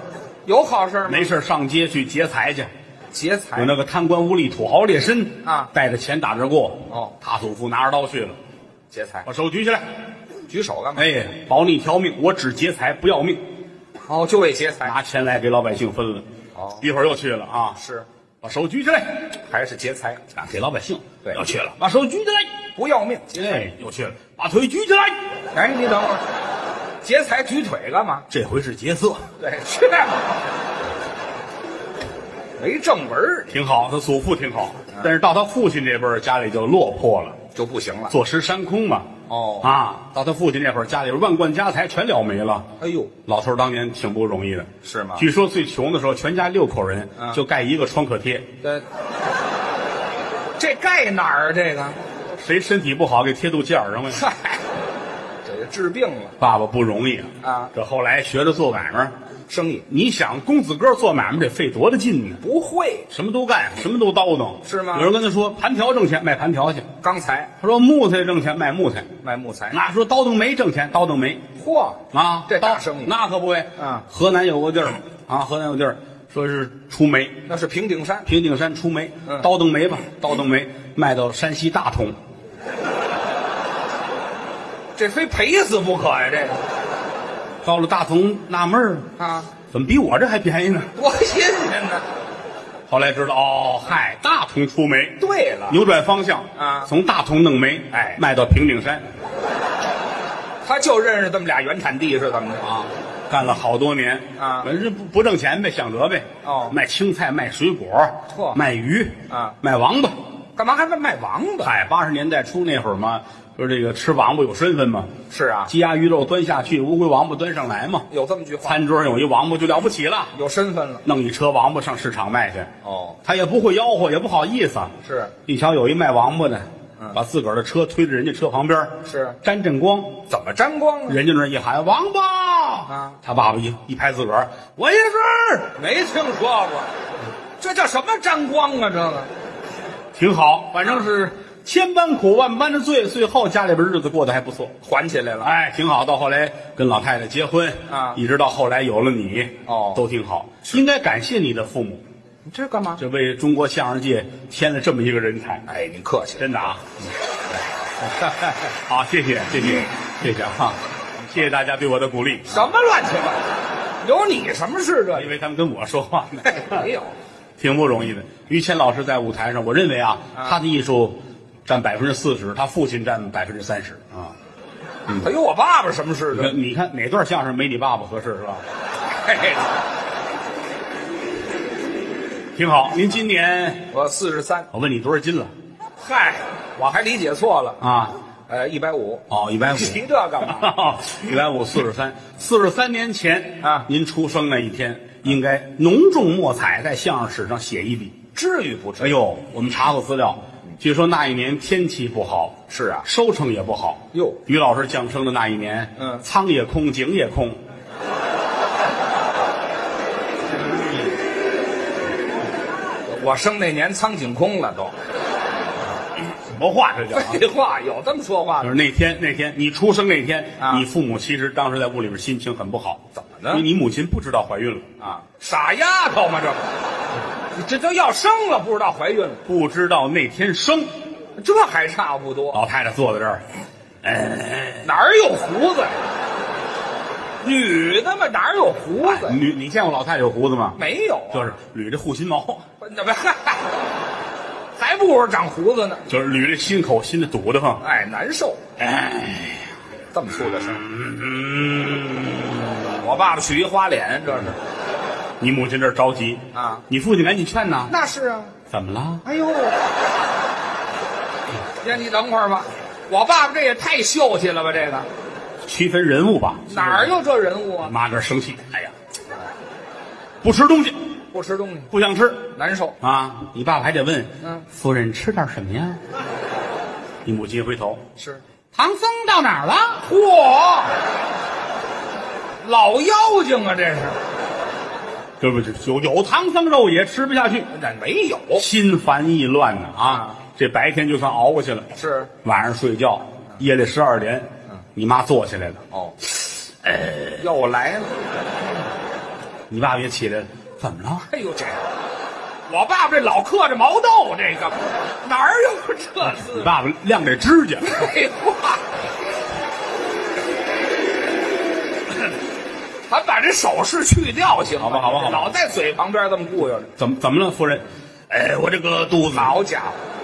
有好事吗？没事儿上街去劫财去。劫财有那个贪官污吏、土豪劣绅哎啊带着钱打这过。哦嗯他祖父拿着刀去了，劫财，把手举起来，举手干嘛？哎，保你一条命，我只劫财不要命，哦，就为劫财拿钱来给老百姓分了。哦一会儿又去了啊，是把手举起来，还是劫财？啊，给老百姓，对又去了，把手举起来，不要命劫财？哎，又去了，把腿举起来，哎，你等会儿，劫财举腿干嘛？这回是劫色，对，是没正文儿挺好，他祖父挺好，嗯但是到他父亲这辈儿，家里就落魄了，就不行了。坐吃山空嘛，哦啊，到他父亲这会儿，家里边万贯家财全了没了。哎呦，老头儿当年挺不容易的，是吗据说最穷的时候，全家六口人嗯就盖一个创可贴，这这盖哪儿啊？这个，谁身体不好给贴肚脐眼上了。嗨，这个治病了，爸爸不容易啊这后来学着做买卖，生意你想公子哥做买卖得费多大劲呢？不会。什么都干，什么都叨叨，是吗有人跟他说盘条挣钱，卖盘条去；刚才他说木材挣钱，卖木材。卖木材，那说叨叨煤挣钱，叨叨煤嚯，啊，这大叨生意那可不呗。啊河南有个地儿啊，河南有地儿说是出煤，那是平顶山，平顶山出煤，嗯叨叨煤吧，叨叨煤卖到山西大同，这非赔死不可呀、这个到了大同纳闷儿，啊，怎么比我这还便宜呢？多新鲜呢！后来知道哦，嗨，大同出煤，对了，扭转方向啊从大同弄煤，哎，卖到平顶山他就认识这么俩原产地是怎么着？啊，干了好多年啊反正不不挣钱呗，享德呗。哦卖青菜，卖水果嚯，卖鱼啊卖王八。干嘛还卖卖王 八？嗨，哎八十年代初那会儿嘛，说这个吃王八有身份嘛，是啊，鸡鸭鱼肉端下去，乌龟王八端上来嘛。有这么句话，餐桌上有一王八就了不起了，有身份了。弄一车王八上市场卖去。哦，他也不会吆喝，也不好意思啊。是一瞧有一卖王八的，嗯把自个儿的车推到人家车旁边儿，是沾沾光，怎么沾光啊呢？人家那儿一喊王八啊他爸爸一一拍自个儿，我也是，没听说过，这叫什么沾光啊？这个挺好，反正是千般苦万般的罪，最后家里边日子过得还不错，还起来了，哎，挺好。到后来跟老太太结婚啊一直到后来有了你，哦都挺好，应该感谢你的父母，你这干嘛？这为中国相声界添了这么一个人才。哎，您客气了，真的啊。好，谢谢，谢谢，谢谢啊，谢谢大家对我的鼓励，什么乱七八糟？有你什么事？这因个为他们跟我说话 呢嘿，没有，挺不容易的。于谦老师在舞台上，我认为啊，他的艺术占百分之四十，他父亲占百分之三十啊。他有我爸爸什么事？你这个看，你看哪段相声没你爸爸合适是吧？嘿挺好。您今年我四十三，我问你多少斤了嗨，我还理解错了，啊？呃，一百 五，哦，一百五。提这干嘛？ 一百五四十三，四十三年前啊您出生那一天，应该浓重墨彩在相声史上写一笔。至于不至于？哎呦，我们查过资料，据说那一年天气不好，是啊收成也不好。哟于老师降生的那一年，嗯仓也空，井也空，我生那年苍井空了都。什么话这叫啊？废话，有这么说 话就的？是那天，那天你出生那天，啊你父母其实当时在屋里边心情很不好，怎么呢因为你母亲不知道怀孕了啊，傻丫头吗？这不，你这都要生了，不知道怀孕了，不知道那天生。这还差不多。老太太坐在这儿，哎哪儿有胡子呀？女的嘛，哪儿有胡子呀？你你见过老太太有胡子吗？没有、啊，就是捋着护心毛，怎么还不如长胡子呢？就是捋着心口，心里堵得慌。哎，难受，哎，这么粗的声。嗯，我爸爸娶一花脸，这是你母亲这儿着急啊，你父亲赶紧劝呐。那是啊。怎么了？哎呦，呀，你等会儿吧。我爸爸这也太秀气了吧？这个区分人物吧。哪儿有这人物啊？妈这儿生气，哎呀，不吃东西，不吃东西不想吃。难受，啊，你爸爸还得问，嗯夫人吃点什么呀？你母亲一回头，是唐僧到哪儿了？嚯，老妖精啊，这是这不是有有唐僧肉也吃不下去，那没有心烦意乱呢哦啊！这白天就算熬过去了，是晚上睡觉夜里十二点，你妈坐起来了，哦，又来了，你爸爸也起来了，怎么了？哎呦这，我爸爸这老嗑着毛豆，这个哪儿哎有这你字？嗯爸爸晾这指甲，废话，咱把这手势去掉行好吧好吧好吧老在嘴旁边这么顾悠着，怎么怎么了，夫人？哎，我这个肚子好家伙，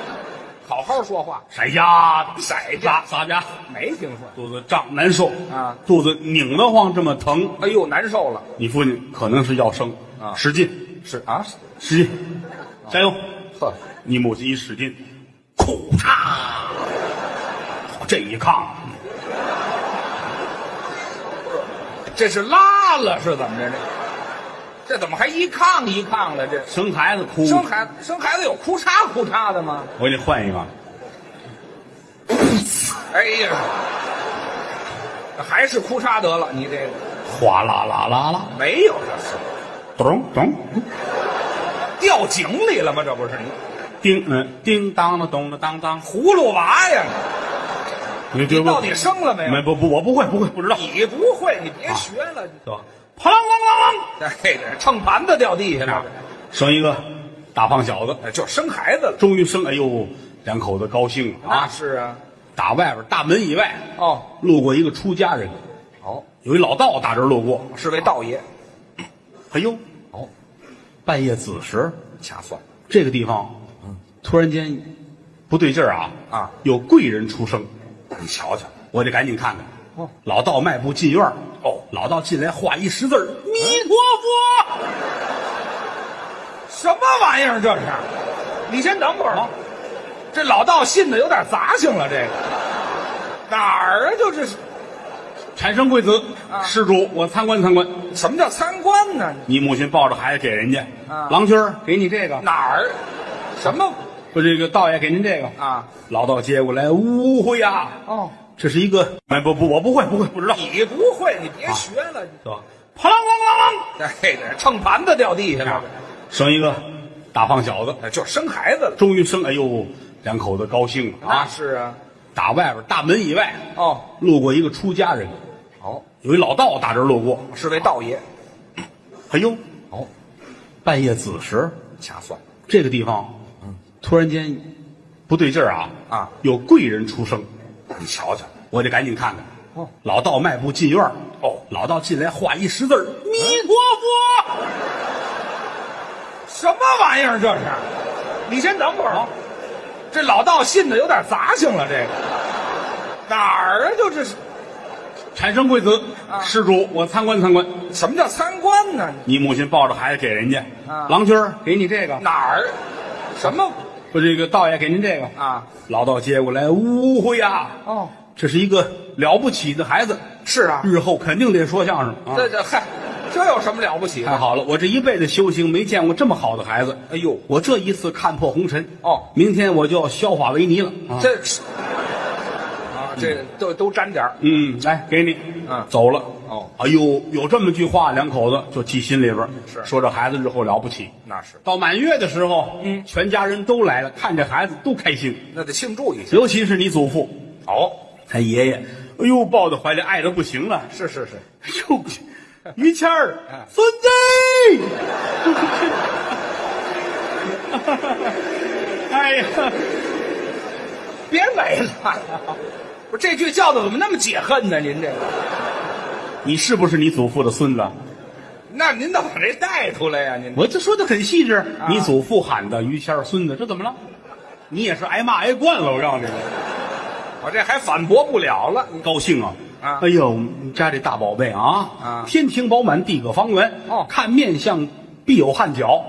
好好说话，闪呀，色撒家撒家，没听说，肚子胀难受啊，肚子拧得慌，这么疼。哎呦难受了你父亲可能是要生啊使劲，是啊，使劲，加油！呵。你母亲一使劲，库嚓，这一炕，这是拉了是怎么着？这这怎么还一炕一炕的？这生孩子哭，生孩子生孩子有哭嚓哭嚓的吗？我给你换一个，哎呀，还是哭嚓得了。你这个哗啦啦啦啦，没有这事，咚咚，掉井里了吗？这不是你叮嗯叮当了咚了当当，葫芦娃呀？你这你到底生了没有没不不，我不会不会不知道，你不会，你别学了。走，啪啷啷啷啷，哎，这秤盘子掉地下那了，生一个大胖小子，哎就生孩子了。终于生，哎呦，两口子高兴了那啊，是啊，打外边大门以外，哦路过一个出家人。哦，有一老道打这儿路过，是位道爷，哎呦，哦，半夜子时，掐算这个地方，突然间不对劲儿啊啊！有贵人出生，你瞧瞧，我得赶紧看看。哦老道迈步进院儿哦，老道进来画一识字儿弥陀佛。什么玩意儿这是？你先等会儿吧。这老道信的有点杂性了，这个哪儿啊？就是产生贵子，施主，我参观参观。什么叫参观呢？你母亲抱着孩子给人家啊，郎君儿给你这个，哪儿？什么不，这个道爷给您这个。啊？老道接过来，误会呀，哦，这是一个，哎，不不，我不会，不会，不知道，你不会，你别学了。是吧？啪啷啷啷啷。哎，这秤盘子掉地下啊了，生一个大胖小子，哎就生孩子了。终于生，哎呦，两口子高兴了那啊！是啊，打外边大门以外，哦路过一个出家人，哦，有一老道打这儿路过，是位道爷，哎呦，哦，半夜子时，掐算这个地方，突然间不对劲儿啊啊！有贵人出生，你瞧瞧，我得赶紧看看。哦老道迈步进院儿哦，啊老道进来画一识字儿弥陀佛。什么玩意儿这是？你先等会儿吧。这老道信的有点杂性了，这个哪儿啊？就是产生贵子，啊施主，我参观参观。什么叫参观呢？你母亲抱着孩子给人家啊，郎君儿给你这个，哪儿？什么说这个道爷给您这个，啊？老道接过来，误会呀，哦，这是一个了不起的孩子，是啊，嗯日后肯定得说相声啊。这这嗨，这有什么了不起太的？好了，我这一辈子修行没见过这么好的孩子。啊哎呦，我这一次看破红尘哦明天我就要削发为尼了。啊、这是啊，这都都沾点儿嗯，来给你，嗯走了。哦，哎呦，有这么句话，两口子就记心里边儿是说这孩子日后了不起。那是，到满月的时候，嗯，全家人都来了，看这孩子都开心，那得庆祝一下。尤其是你祖父，哦，他爷爷，哎呦，抱在怀里爱的不行了。是是是， 哎呦，于谦儿，啊孙子， 哎呀，别没了。不是这句叫的怎么那么解恨呢？您这个，你是不是你祖父的孙子？那您倒把这带出来呀、您我这说的很细致，啊你祖父喊的于谦儿孙子，这怎么了？你也是挨骂挨惯了，我告诉你，我这还反驳不了了。高兴啊！啊哎呦，你家这大宝贝啊，啊天庭饱满，地阁方圆，哦看面相必有汗脚，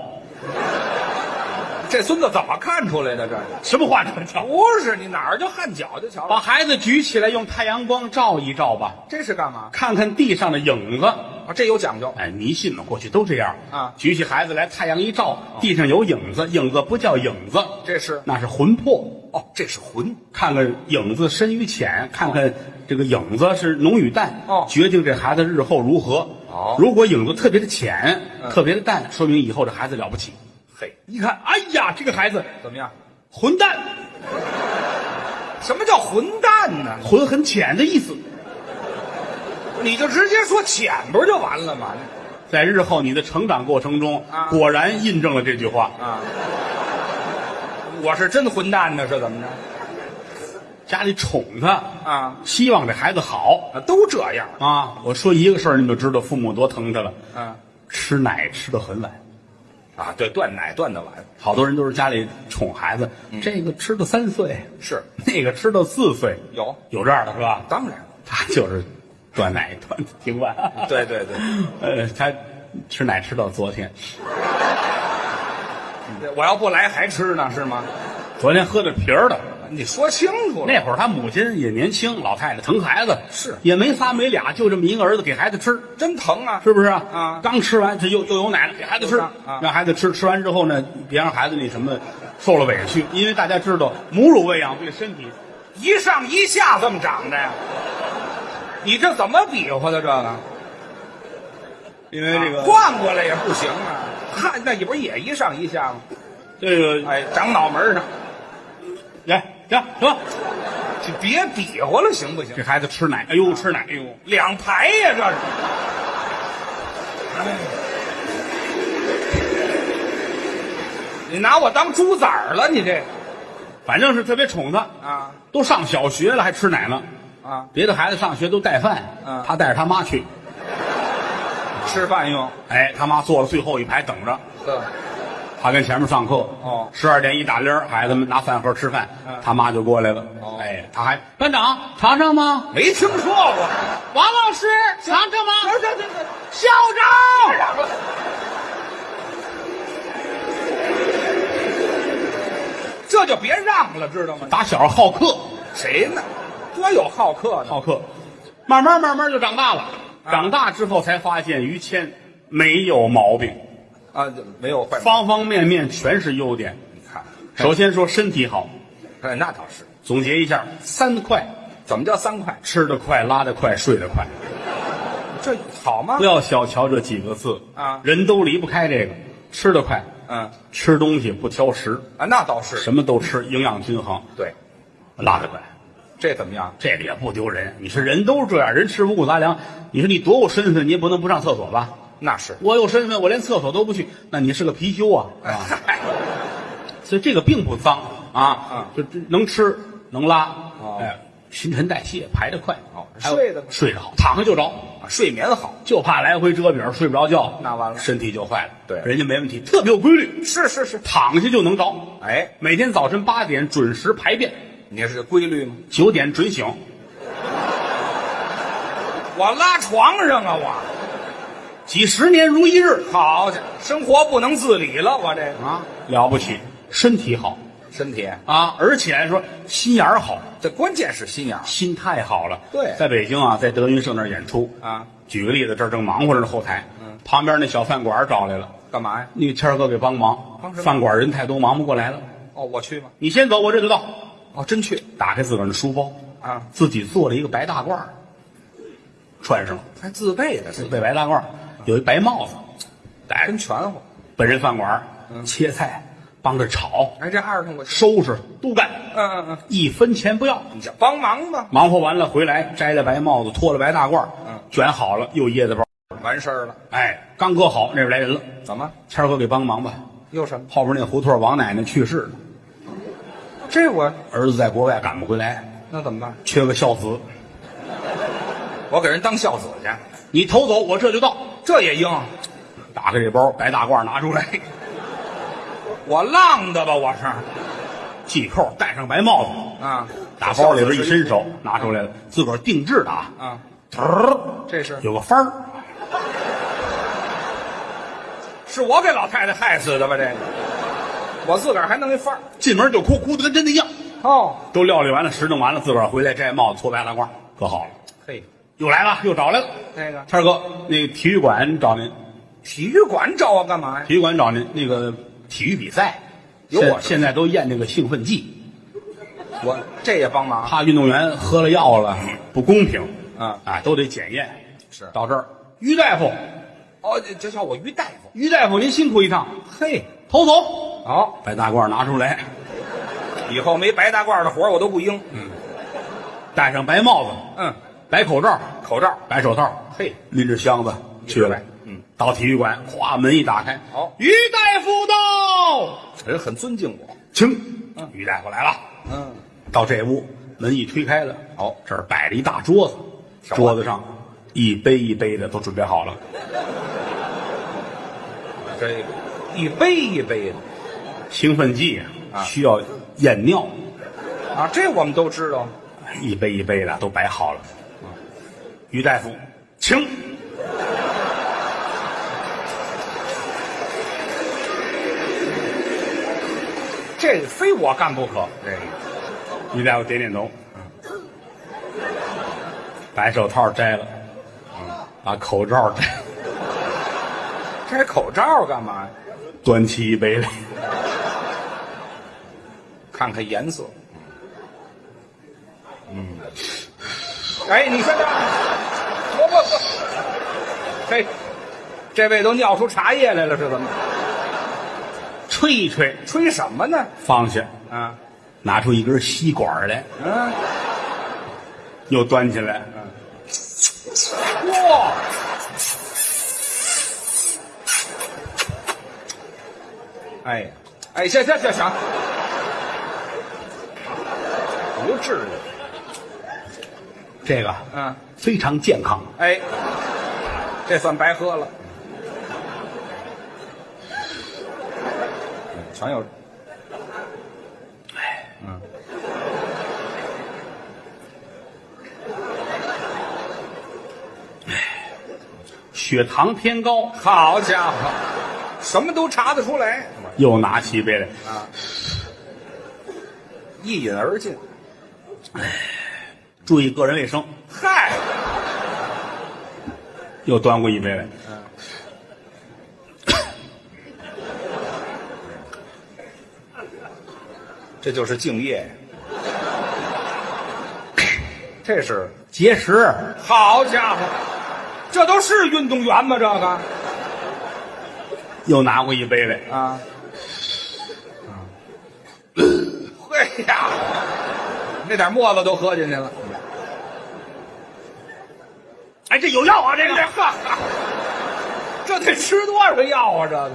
这孙子怎么看出来的？这是什么话这么讲？不是你哪儿就汗脚就瞧把了？孩子举起来，用太阳光照一照吧，这是干嘛？看看地上的影子。啊，这有讲究。哎，迷信嘛，过去都这样啊举起孩子来，太阳一照，地上有影子，影子不叫影子，这是那是魂魄。哦，这是魂。看看影子深与浅，看看这个影子是浓与淡，哦决定这孩子日后如何。哦如果影子特别的浅，嗯特别的淡，说明以后这孩子了不起。嘿，一看，哎呀，这个孩子怎么样？混蛋，什么叫混蛋呢？魂很浅的意思。你就直接说浅不是就完了吗？在日后你的成长过程中，啊果然印证了这句话。啊，我是真混蛋呢，是怎么着？家里宠他，啊，希望这孩子好啊都这样。啊。我说一个事儿，你们就知道父母多疼他了。啊吃奶吃的很晚，啊，对，断奶断的晚好多人都是家里宠孩子，嗯这个吃到三岁，是那个吃到四岁，有，有这样的是吧？当然。他就是断奶断的挺晚，对对对， 呃，他吃奶吃到昨天，对我要不来还吃呢，是吗？昨天喝的瓶儿的。你说清楚了。那会儿他母亲也年轻，老太太疼孩子，是也没仨没俩，就这么一个儿子给孩子吃，真疼啊！是不是啊？啊刚吃完这又又有奶了，给孩子吃，又上啊让孩子吃，吃完之后呢，别让孩子那什么受了委屈，因为大家知道母乳喂养对身体一上一下这么长的呀？你这怎么比划的这个？因啊为这个、换过来也不行啊！看那你不是也一上一下吗？这个，哎，长脑门上，来行行，就别比划了，行不行这？孩子吃奶，哎啊呦吃奶，哎呦，两排呀、这是。哎你拿我当猪崽儿了？你这反正是特别宠他，啊都上小学了还吃奶呢。啊，别的孩子上学都带饭，嗯他带着他妈去，吃饭用。哎，他妈坐了最后一排等着，呵他跟前面上课，哦十二点一打铃儿，孩子们拿饭盒吃饭，嗯他妈就过来了，哦哎，他还班长尝尝吗？没听说过。王老师尝尝吗？行行行，校长，这就别让了，知道吗？打小好客，谁呢？多有好客呢。好客，慢慢慢慢就长大了，啊长大之后才发现于谦没有毛病，啊，没有坏。方方面面全是优点。你看，首先说身体好，哎，那倒是。总结一下三快：怎么叫三块？吃得快、拉得快、睡得快。这好吗不？要小瞧这几个字啊人都离不开这个。吃得快，嗯吃东西不挑食，啊，那倒是。什么都吃，营养均衡。对，拉得快，这怎么样？这个也不丢人。你说人都是这样，人吃五谷杂粮。你说你多有身份，你也不能不上厕所吧？那是。我有身份，我连厕所都不去，那你是个貔貅啊！啊， 所以这个并不脏啊，就这能吃能拉，哎，新陈代谢排得快，哦还有睡得睡得好，躺下就着，啊睡眠好。就怕来回遮饼睡不着觉，那完了身体就坏了。对人家没问题，特别有规律，是是是。躺下就能着，哎，每天早晨八点准时排便，你是规律吗？九点准醒，我拉床上啊，我几十年如一日好家伙，生活不能自理了，我这啊，了不起，身体好，身体，啊，而且说心眼儿好，这关键是心眼儿心太好了。对在北京啊，在德云社那儿演出，啊。举个例子，这儿正忙活着呢，后台，嗯，旁边那小饭馆儿找来了，干嘛呀？那个谦儿哥给帮忙，帮什么饭馆人太多，忙不过来了。哦，我去吗？你先走，我这就到。哦，真去打开自个儿的书包，啊？自己做了一个白大褂儿，穿上了，还自备的，这背白大褂儿，有一白帽子，戴着真。全乎。本人饭馆儿嗯切菜，帮着炒、哎，这二十我去。收拾，都干，嗯嗯嗯，一分钱不要。你就帮忙吧，忙活完了回来，摘了白帽子，脱了白大褂儿，嗯卷好了又掖在包。完事儿了。哎，刚搁好，那边来人了，怎么谦儿哥给帮忙吧。又什么？后边那胡同王奶奶去世了，这我儿子在国外赶不回来，那怎么办？缺个孝子。我给人当孝子去，你偷走，我这就到。这也应。打开这包，白大褂拿出来， 我浪的吧，我是系扣，戴上白帽子，啊。打包里边一伸手拿出来了，自个儿定制的啊，啊，嘚儿这是有个幡儿，是我给老太太害死的吧？这个，我自个儿还弄一范儿。进门就哭，哭的跟真的一样。哦，都料理完了，拾弄完了，自个儿回来摘帽子，脱白大褂，搁好了，嘿，又来了，又找来了。那个啊天儿哥，那个体育馆找您，体育馆找我干嘛呀？体育馆找您，那个体育比赛，有我现现在都验那个兴奋剂，我这也帮忙。怕运动员喝了药了不公平啊啊，都得检验。是到这儿，于大夫，哦，这这叫我于大夫。于大夫您辛苦一趟，嘿，头走，好、把大褂拿出来，以后没白大褂的活儿我都不应。戴上白帽子，嗯，白口罩，口罩，白手套，嘿，拎着箱子去了白。嗯，到体育馆，咵门一打开，好于大夫到，人很尊敬我。请。于大夫来了，嗯，到这屋，门一推开了，哦好这儿摆着一大桌子，什么桌子上一杯一杯的都准备好了，这一杯一杯的兴奋剂啊需要验尿，啊，这我们都知道。一杯一杯的都摆好了。于大夫，请。这非我干不可。这于大夫点点头，白手套摘了，把口罩摘了，摘口罩干嘛呀？端起一杯来，看看颜色。嗯，哎，你看这，不不不，嘿，这位都尿出茶叶来了，是怎么？吹一吹，吹什么呢？放下，啊，拿出一根吸管来，嗯、又端起来，哇，哎呀，哎，行行行行，不至于，这个嗯、非常健康。哎，这算白喝了。全有，血糖偏高，好家伙，什么都查得出来，又拿起一杯来，一饮而尽。注意个人卫生，嗨，又端过一杯来。这就是敬业呀。这是节食，好家伙，这都是运动员吗？这个又拿过一杯来，啊， 嘿呀，那点沫子都喝进去了。哎，这有药啊，这这个。哈哈， 这得吃多少个药啊？这个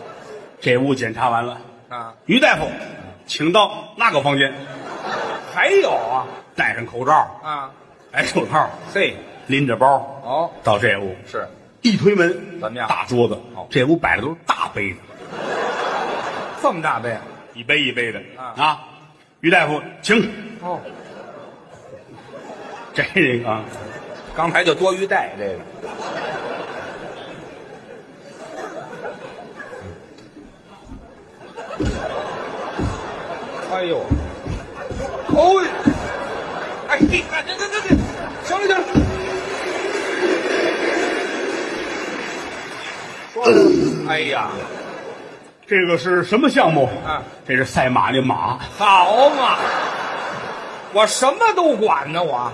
这屋检查完了，啊，于大夫，请到那个房间，还有啊戴上口罩，啊，白手套，嘿，拎着包，哦，到这屋，是一推门，怎么样大桌子好，这屋摆的都是大杯子，这么大杯一杯一杯的啊啊。于大夫，请哦，这个啊刚才就多余带这个。哎哎呦，哦，哎，你看这这这这，行了行了。说了哎呀，这个是什么项目？啊，这是赛马那马，好嘛，我什么都管呢，我。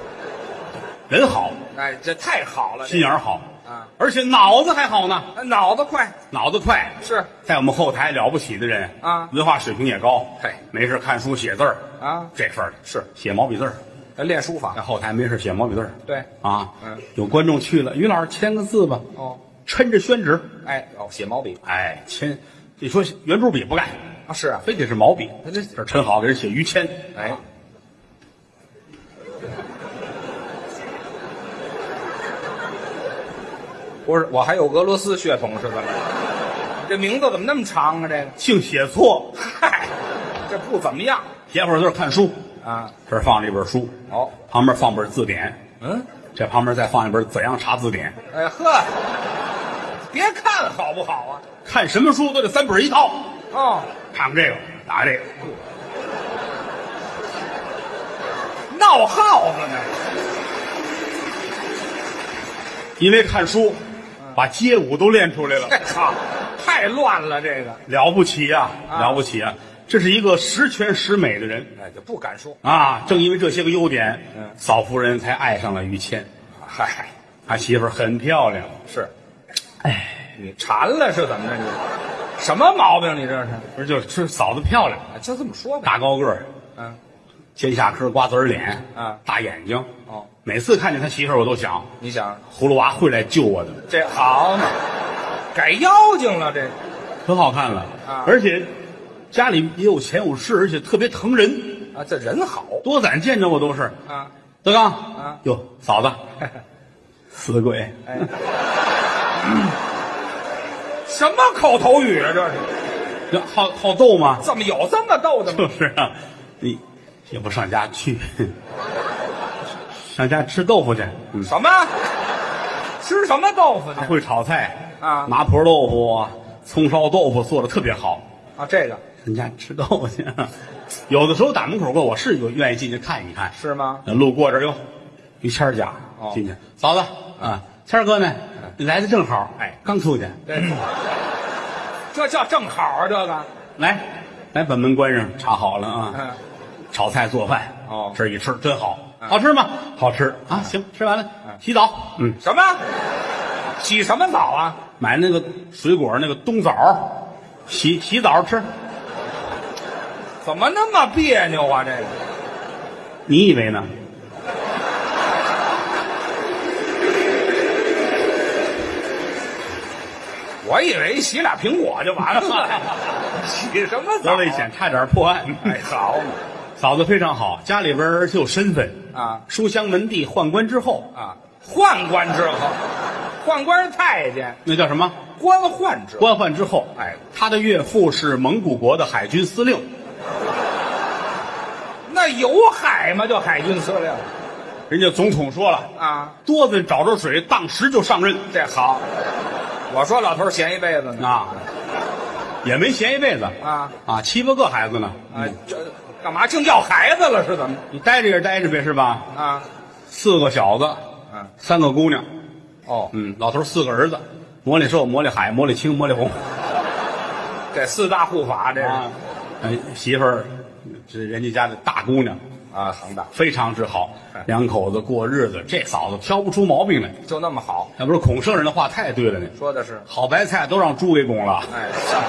人好，哎，这太好了，心眼儿好啊，而且脑子还好呢，这脑子快脑子快。是在我们后台了不起的人啊文化水平也高。嘿没事看书写字儿啊，这份儿的是写毛笔字儿，练书法在后台没事写毛笔字儿。对啊，嗯，有观众去了，于老师签个字吧。哦，抻着宣纸，哎哦，写毛笔哎，签。你说圆珠笔不干，啊，是啊，非得是毛笔。他这这抻好，给人写于谦。哎，不是，我还有俄罗斯血统是怎么着？这名字怎么那么长啊？这个，净写错，嗨，这不怎么样写会儿字儿看书，啊。这儿放了一本书，哦，旁边放本字典，嗯，这旁边再放一本怎样查字典。哎呵，别看好不好啊？看什么书都得三本一套，哦，看看这个，打这个，闹耗子 呢？因为看书，嗯把街舞都练出来 了，这哎好，太乱了这个。了不起呀、啊了不起啊！这是一个十全十美的人哎，就不敢说。啊！正因为这些个优点，嗯嫂夫人才爱上了于谦。嗨，他媳妇儿很漂亮，是，哎，你馋了是怎么着？你什么毛病？你这是？不是就是嫂子漂亮，哎就这么说吧。大高个儿，嗯，尖下颏，瓜子儿脸，啊大眼睛。哦，每次看见他媳妇儿，我都想，你想葫芦娃会来救我的，这好嘛？改妖精了这？可好看了。啊而且家里也有钱有势，而且特别疼人，啊，这人好多咱见着我都是。啊。德刚，啊哟，嫂 子，死鬼，哎，什么口头语啊？这是这好好斗吗？ 怎么有这么逗的吗？就是啊，你也不上家去， 上家吃豆腐去。嗯，什么？吃什么豆腐他去会炒菜啊麻婆豆腐啊，葱烧豆腐做的特别好。啊？这个人家吃豆腐去。有的时候打门口过，我是有愿意进去看一看。是 吗？路过这儿哟，于谦儿家哦啊进去，嫂子啊，谦儿哥呢？你来的正好，哎，刚出去，这这叫正好啊？这个来，来把门关上，查好了啊，嗯，炒菜做饭哦嗯这一吃真好，好吃吗？好吃啊，行，吃完了洗澡，嗯，什么？洗什么澡啊？买那个水果那个冬枣，洗洗澡吃。怎么那么别扭啊？这个你以为呢？我以为洗俩苹果就完 了，洗什么澡、多啊？危险，差点破案。哎，好嘛， 嫂子非常好，家里边儿而且有身份啊书香门第，宦官之后，啊！宦官之后，宦官是太监，那叫什么？官宦之后，官宦之后。哎，他的岳父是蒙古国的海军司令，那有海吗？就海军司令人家总统说了，啊，多子找着水，当时就上任这好。我说老头儿闲一辈子呢啊，也没闲一辈子啊啊，七八个孩子呢，啊，这干嘛净要孩子了？是怎么你待着也待着呗，是吧？啊？四个小子，嗯三个姑娘，哦，嗯，老头四个儿子，魔力寿、魔力海、魔力青、魔力红这四大护法这是啊，哎，媳妇儿，这人家家的大姑娘，啊，恒大非常之好哎，两口子过日子，这嫂子挑不出毛病来。就那么好，要不是孔圣人的话太对了呢，说的是好白菜都让猪给拱了哎，上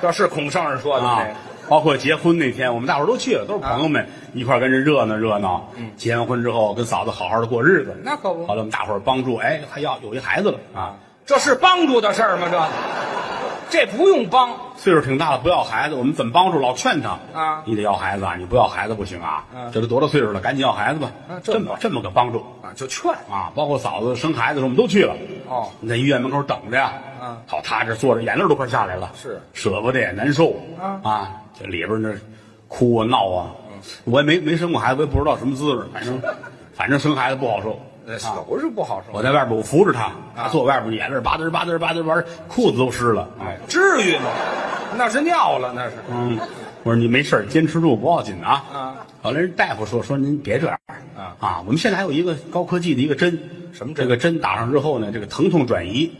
这是孔圣人说的啊这个。！包括结婚那天，我们大伙儿都去了，都是朋友啊们，一块儿跟人热闹热闹。结完婚之后，跟嫂子好好的过日子。嗯那可不后来我们大伙儿帮助，哎，还要有一孩子了啊！这是帮助的事儿吗？这，这不用帮岁数挺大了，不要孩子，我们怎么帮助？老劝他啊你得要孩子啊，你不要孩子不行啊！嗯这都多大岁数了，赶紧要孩子吧！啊这这么么这么个帮助啊，就劝啊！包括嫂子生孩子的时候，我们都去了。哦，你在医院门口等着呀。嗯好，他这坐着，眼泪都快下来了。是舍不得也难受。啊这里边那哭啊闹啊，嗯我也没没生过孩子，我也不知道什么滋味，反正反正生孩子不好受。呃，啊手是不好受，我在外边，我扶着他，啊他坐外边，眼泪吧嗒吧哎嗒吧嗒吧嗒，裤子都湿了。至于吗？那是尿了，那是嗯，我说你没事儿坚持住不要紧的啊。啊，后来人大夫说说您别这样啊啊，我们现在还有一个高科技的一个针，什么针这个针打上之后呢，这个疼痛转移，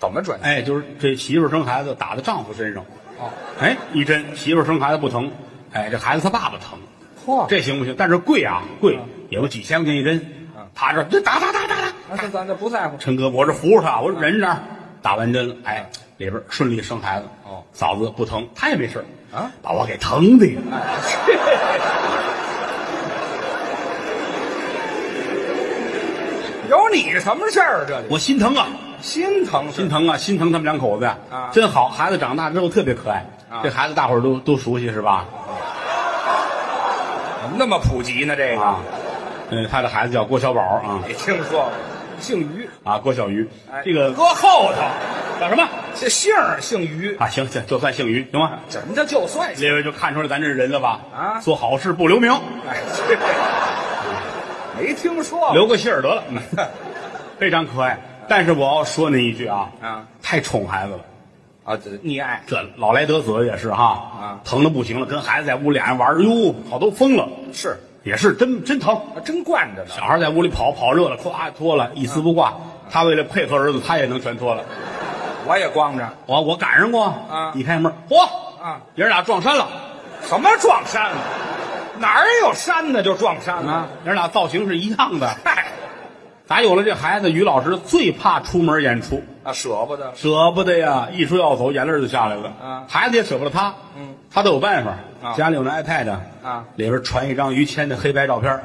怎么转？哎，就是这媳妇儿生孩子打在丈夫身上，哦，哎，一针媳妇儿生孩子不疼，哎，这孩子他爸爸疼，嚯这这行不行？但是贵啊，贵，也有几千块钱一针。嗯他这这打打打打打，咱咱这不在乎。陈哥，我这扶着他，我说忍着，打完针了，哎，里边顺利生孩子。嗯哦嫂子不疼，他也没事儿啊，哎把我给疼的呀。有你什么事儿啊？这里我心疼啊，心疼心是疼啊，心疼他们两口子呀、啊真好，孩子长大之后特别可爱。啊这孩子大伙儿都都熟悉是吧？怎么那么普及呢？这个啊，嗯，他的孩子叫郭小宝啊没听说过，姓于。啊，郭小鱼，哎这个搁后头，叫什么这姓儿姓于，啊？行行，就算姓于行吗？怎么叫就算姓？列位就看出来咱这人了吧？啊做好事不留名，哎，这没听说过。留个信儿得了， 非常可爱。嗯但是我要说您一句啊，啊太宠孩子了，啊，这溺爱这老来得子也是哈，啊疼的不行了，跟孩子在屋里俩人玩儿，哟，好都疯了，是也是真真疼。啊，真惯着呢。小孩在屋里跑跑热了，咵脱了，一丝不挂。嗯他为了配合儿子，他也能全脱了。我也光着，我我赶上过啊一开门，嚯啊，爷儿俩撞衫了什么撞衫啊？哪儿有山呢？就撞衫啊啊！！爷儿俩造型是一样的。嗨，打有了这孩子，于老师最怕出门演出，啊，舍不得舍不得呀，一说要走，眼泪儿就下来了。啊孩子也舍不得他，嗯，他都有办法。啊家里有那 iPad 啊，里边传一张于谦的黑白照片儿。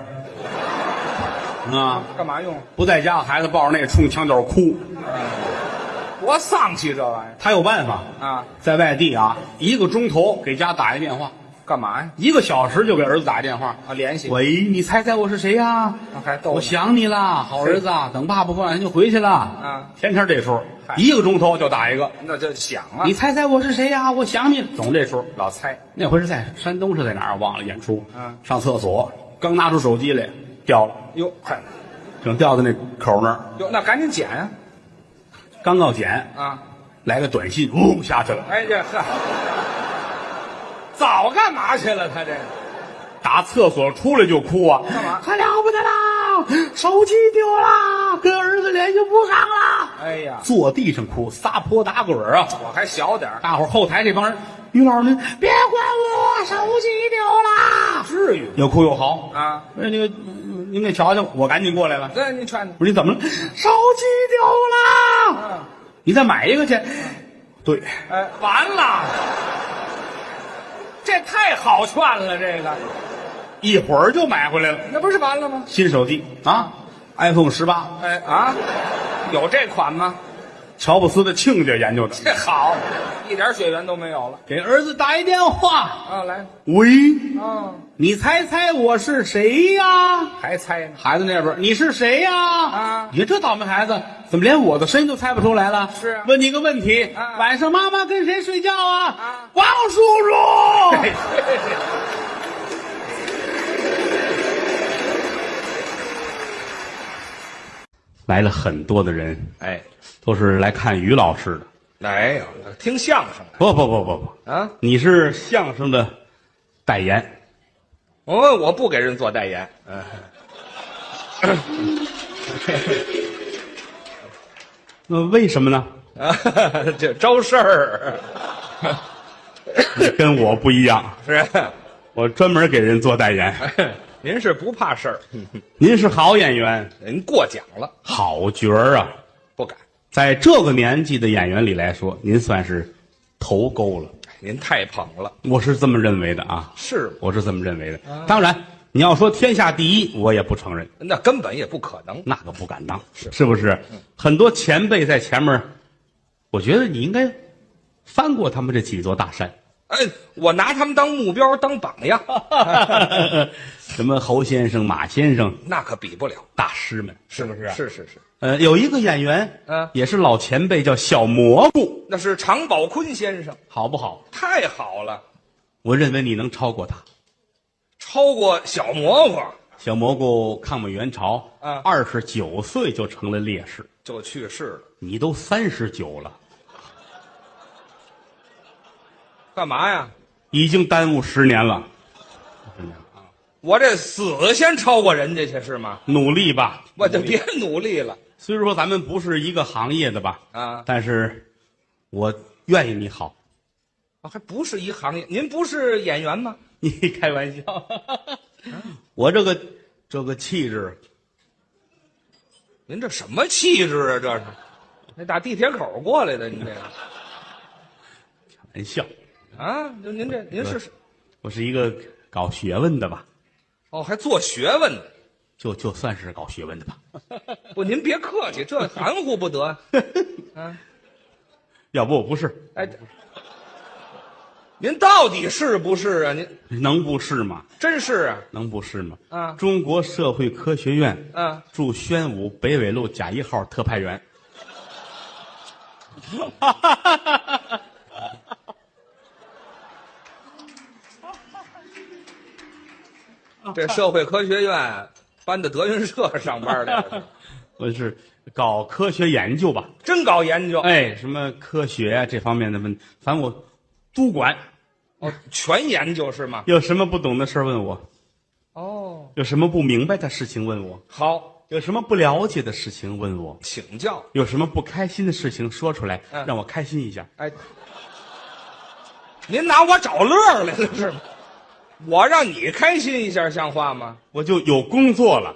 啊，干嘛用？不在家，孩子抱着那个冲墙角哭，多丧气这玩意他有办法。儿啊！在外地啊，一个钟头给家打一电话，干嘛呀？一个小时就给儿子打一电话。啊，联系喂，你猜猜我是谁呀、那还逗呢我想你啦，好儿子啊，等爸爸过两天就回去了。啊，天天这出，嗨一个钟头就打一个。那就想啊，你猜猜我是谁呀、我想你了，总这出。老猜那回是在山东是在哪儿？我啊忘了演出。嗯上厕所刚拿出手机来，掉了，哟，嗨正掉在那口那儿，哟，那赶紧捡啊刚要捡，啊！来个短信，嗡、下去了，哎这呵，早干嘛去了？他这个打厕所出来就哭啊！干嘛可了不得啦，手机丢啦，跟儿子联系不上啦！哎呀坐地上哭，撒泼打滚儿啊！我还小点儿，大伙儿后台这帮人，于老师您别管我，手机丢啦！至于吗又哭又嚎啊！哎，那个嗯您给瞧瞧，我赶紧过来了。那您穿我说你怎么了？手机丢啦！嗯，你再买一个去。对，哎，完了，这太好劝了，这个一会儿就买回来了，那不是完了吗？新手机啊，iPhone 十八，哎啊，有这款吗？ 乔布斯的亲家研究的。这好，一点血缘都没有了给儿子打一电话，啊！来，喂，啊，你猜猜我是谁呀？还猜呢？孩子那边，你是谁呀？啊你这倒霉孩子，怎么连我的声音都猜不出来了？是啊问你个问题，啊晚上妈妈跟谁睡觉啊？啊王叔 叔。来了很多的人，哎，都是来看于老师的。没有，听相声不不不不不，的啊。你是相声的代言。我我不给人做代言，嗯，那为什么 呢？啊，这招事儿你跟我不一样，是。啊我专门给人做代言。您是不怕事儿，您是好演员，您过奖了，好角儿啊！不敢。在这个年纪的演员里来说，您算是头够了。您太捧了，我是这么认为的啊，是吗我是这么认为的。当然，你要说天下第一，我也不承认，那根本也不可能。那个不敢当，是不是？很多前辈在前面，我觉得你应该翻过他们这几座大山，哎，我拿他们当目标当榜样， 什么侯先生、马先生，那可比不了，大师们，是不是？是啊是是，呃，有一个演员，嗯也是老前辈，叫小蘑菇，那是常宝坤先生，好不好？太好了，我认为你能超过他。超过小蘑菇小蘑菇抗美援朝，嗯二十九岁就成了烈士，就去世了。你都三十九了，干嘛呀？已经耽误十年了，我这死先超过人家去是吗？努力吧。我就别努力了虽说咱们不是一个行业的吧，啊！但是我愿意你好。 啊还不是一行业，您不是演员吗？你开玩笑，我这个这个气质，您这什么气质啊？这是，那打地铁口过来的，您这个玩笑，啊，就您这您是我是一个搞学问的吧，哦，还做学问呢？就就算是搞学问的吧。不，您别客气，这含糊 不得。啊，要不我不是，哎， 您到底是不是啊？您能不是吗？真是啊？能不是吗？啊中国社会科学院，啊，驻宣武北纬路甲一号特派员。哦这社会科学院搬到德云社上班来了， 我是搞科学研究吧，真搞研究哎，什么科学啊这方面的问，反正我都管。哦，全研究是吗？有什么不懂的事儿问我，哦，有什么不明白的事情问我，好，有什么不了解的事情问我，请教。有什么不开心的事情说出来，嗯让我开心一下。哎，您拿我找乐儿来了是吗？我让你开心一下，像话吗？我就有工作了，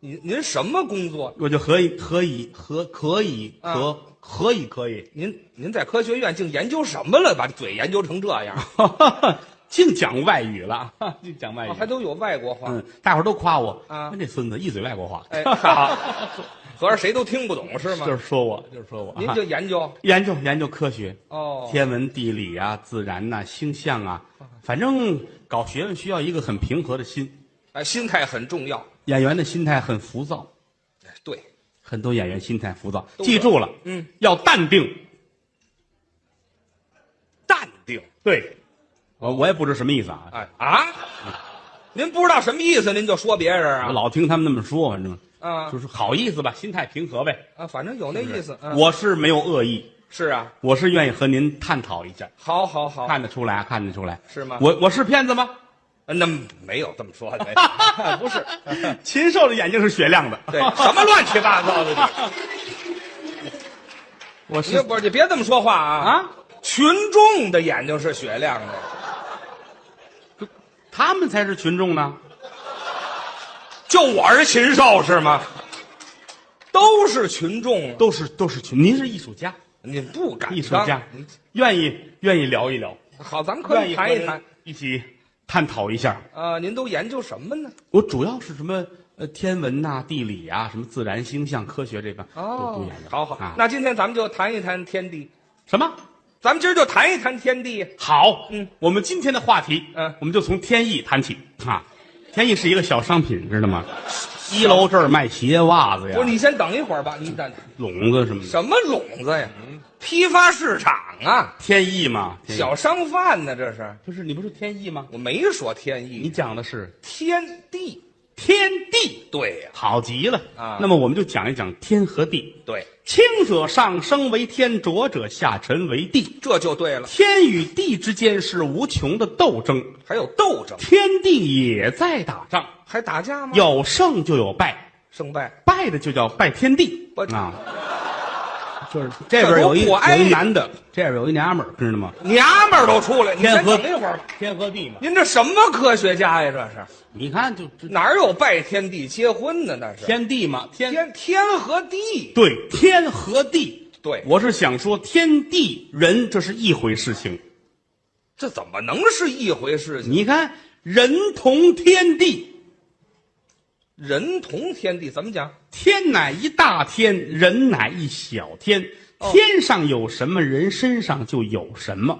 您您什么工作？我就可以可以和可以啊和可以可以，您您在科学院竟研究什么了？把嘴研究成这哎样， 尽讲外语了， 尽讲外语哦。还都有外国话。嗯，大伙儿都夸我啊这孙子一嘴外国话， 哎，好，合着谁都听不懂是吗？就是说我，就是说我。您啊 就研究研究研究科学，哦，天文、地理啊，自然呐、星象啊，反正搞学问需要一个很平和的心。哎，心态很重要。演员的心态很浮躁，哎对，很多演员心态浮躁，都是记住了，嗯，要淡定。淡定。对，哦我我也不知什么意思啊，哎啊，您不知道什么意思，您就说别人我啊老听他们那么说，反正啊就是好意思吧，心态平和呗。啊，反正有那意思。嗯我是没有恶意，是啊，我是愿意和您探讨一下，好好好，看得出来啊，看得出来。哦是吗？我我是骗子吗？呃那么没有这么说 的，没 有 不是，禽兽的眼睛是雪亮的，对，什么乱七八糟的你？ 我你是不是你别这么说话啊！啊，群众的眼睛是雪亮的，他们才是群众呢。就我是禽兽是吗？都是群众啊，都是都是群，您是艺术家，你不敢当艺术家，愿意愿意聊一聊，好，咱们可愿以意谈和一人谈。，一起探讨一下。啊，您都研究什么呢？我主要是什么呃天文呐、地理啊、什么自然星象科学这方都都研究。哦好好啊，，那今天咱们就谈一谈天地，什么咱们今儿就谈一谈天地。好？嗯，我们今天的话题，嗯我们就从天意谈起啊。天意是一个小商品，知道吗？一楼这儿卖鞋袜子呀，不是，你先等一会儿吧，你等笼子什么的。什么笼子呀？批发市场啊，天意嘛，嗯天意小商贩呢，这是。不是你不是天意吗？我没说天你意，讲的是天地。天地，对呀、好极了啊那么我们就讲一讲天和地。对，清者上升为天，浊者下沉为地。这就对了。天与地之间是无穷的斗争，还有斗争，天地也在打仗，还打架吗？有胜就有败，胜败，败的就叫败天地不啊。就是这边有一这都不挨有一男的，这边有一娘们儿，知道吗？娘们儿都出来。你天先和等一会儿吧。天和地嘛，您这什么科学家呀？这是你看就这哪有拜天地结婚的？那是天地嘛，天天天和地。对天和地。对，我是想说，天地人这是一回事情。这怎么能是一回事情？你看，人同天地，人同天地怎么讲？天乃一大天，人乃一小天。哦天上有什么，人身上就有什么。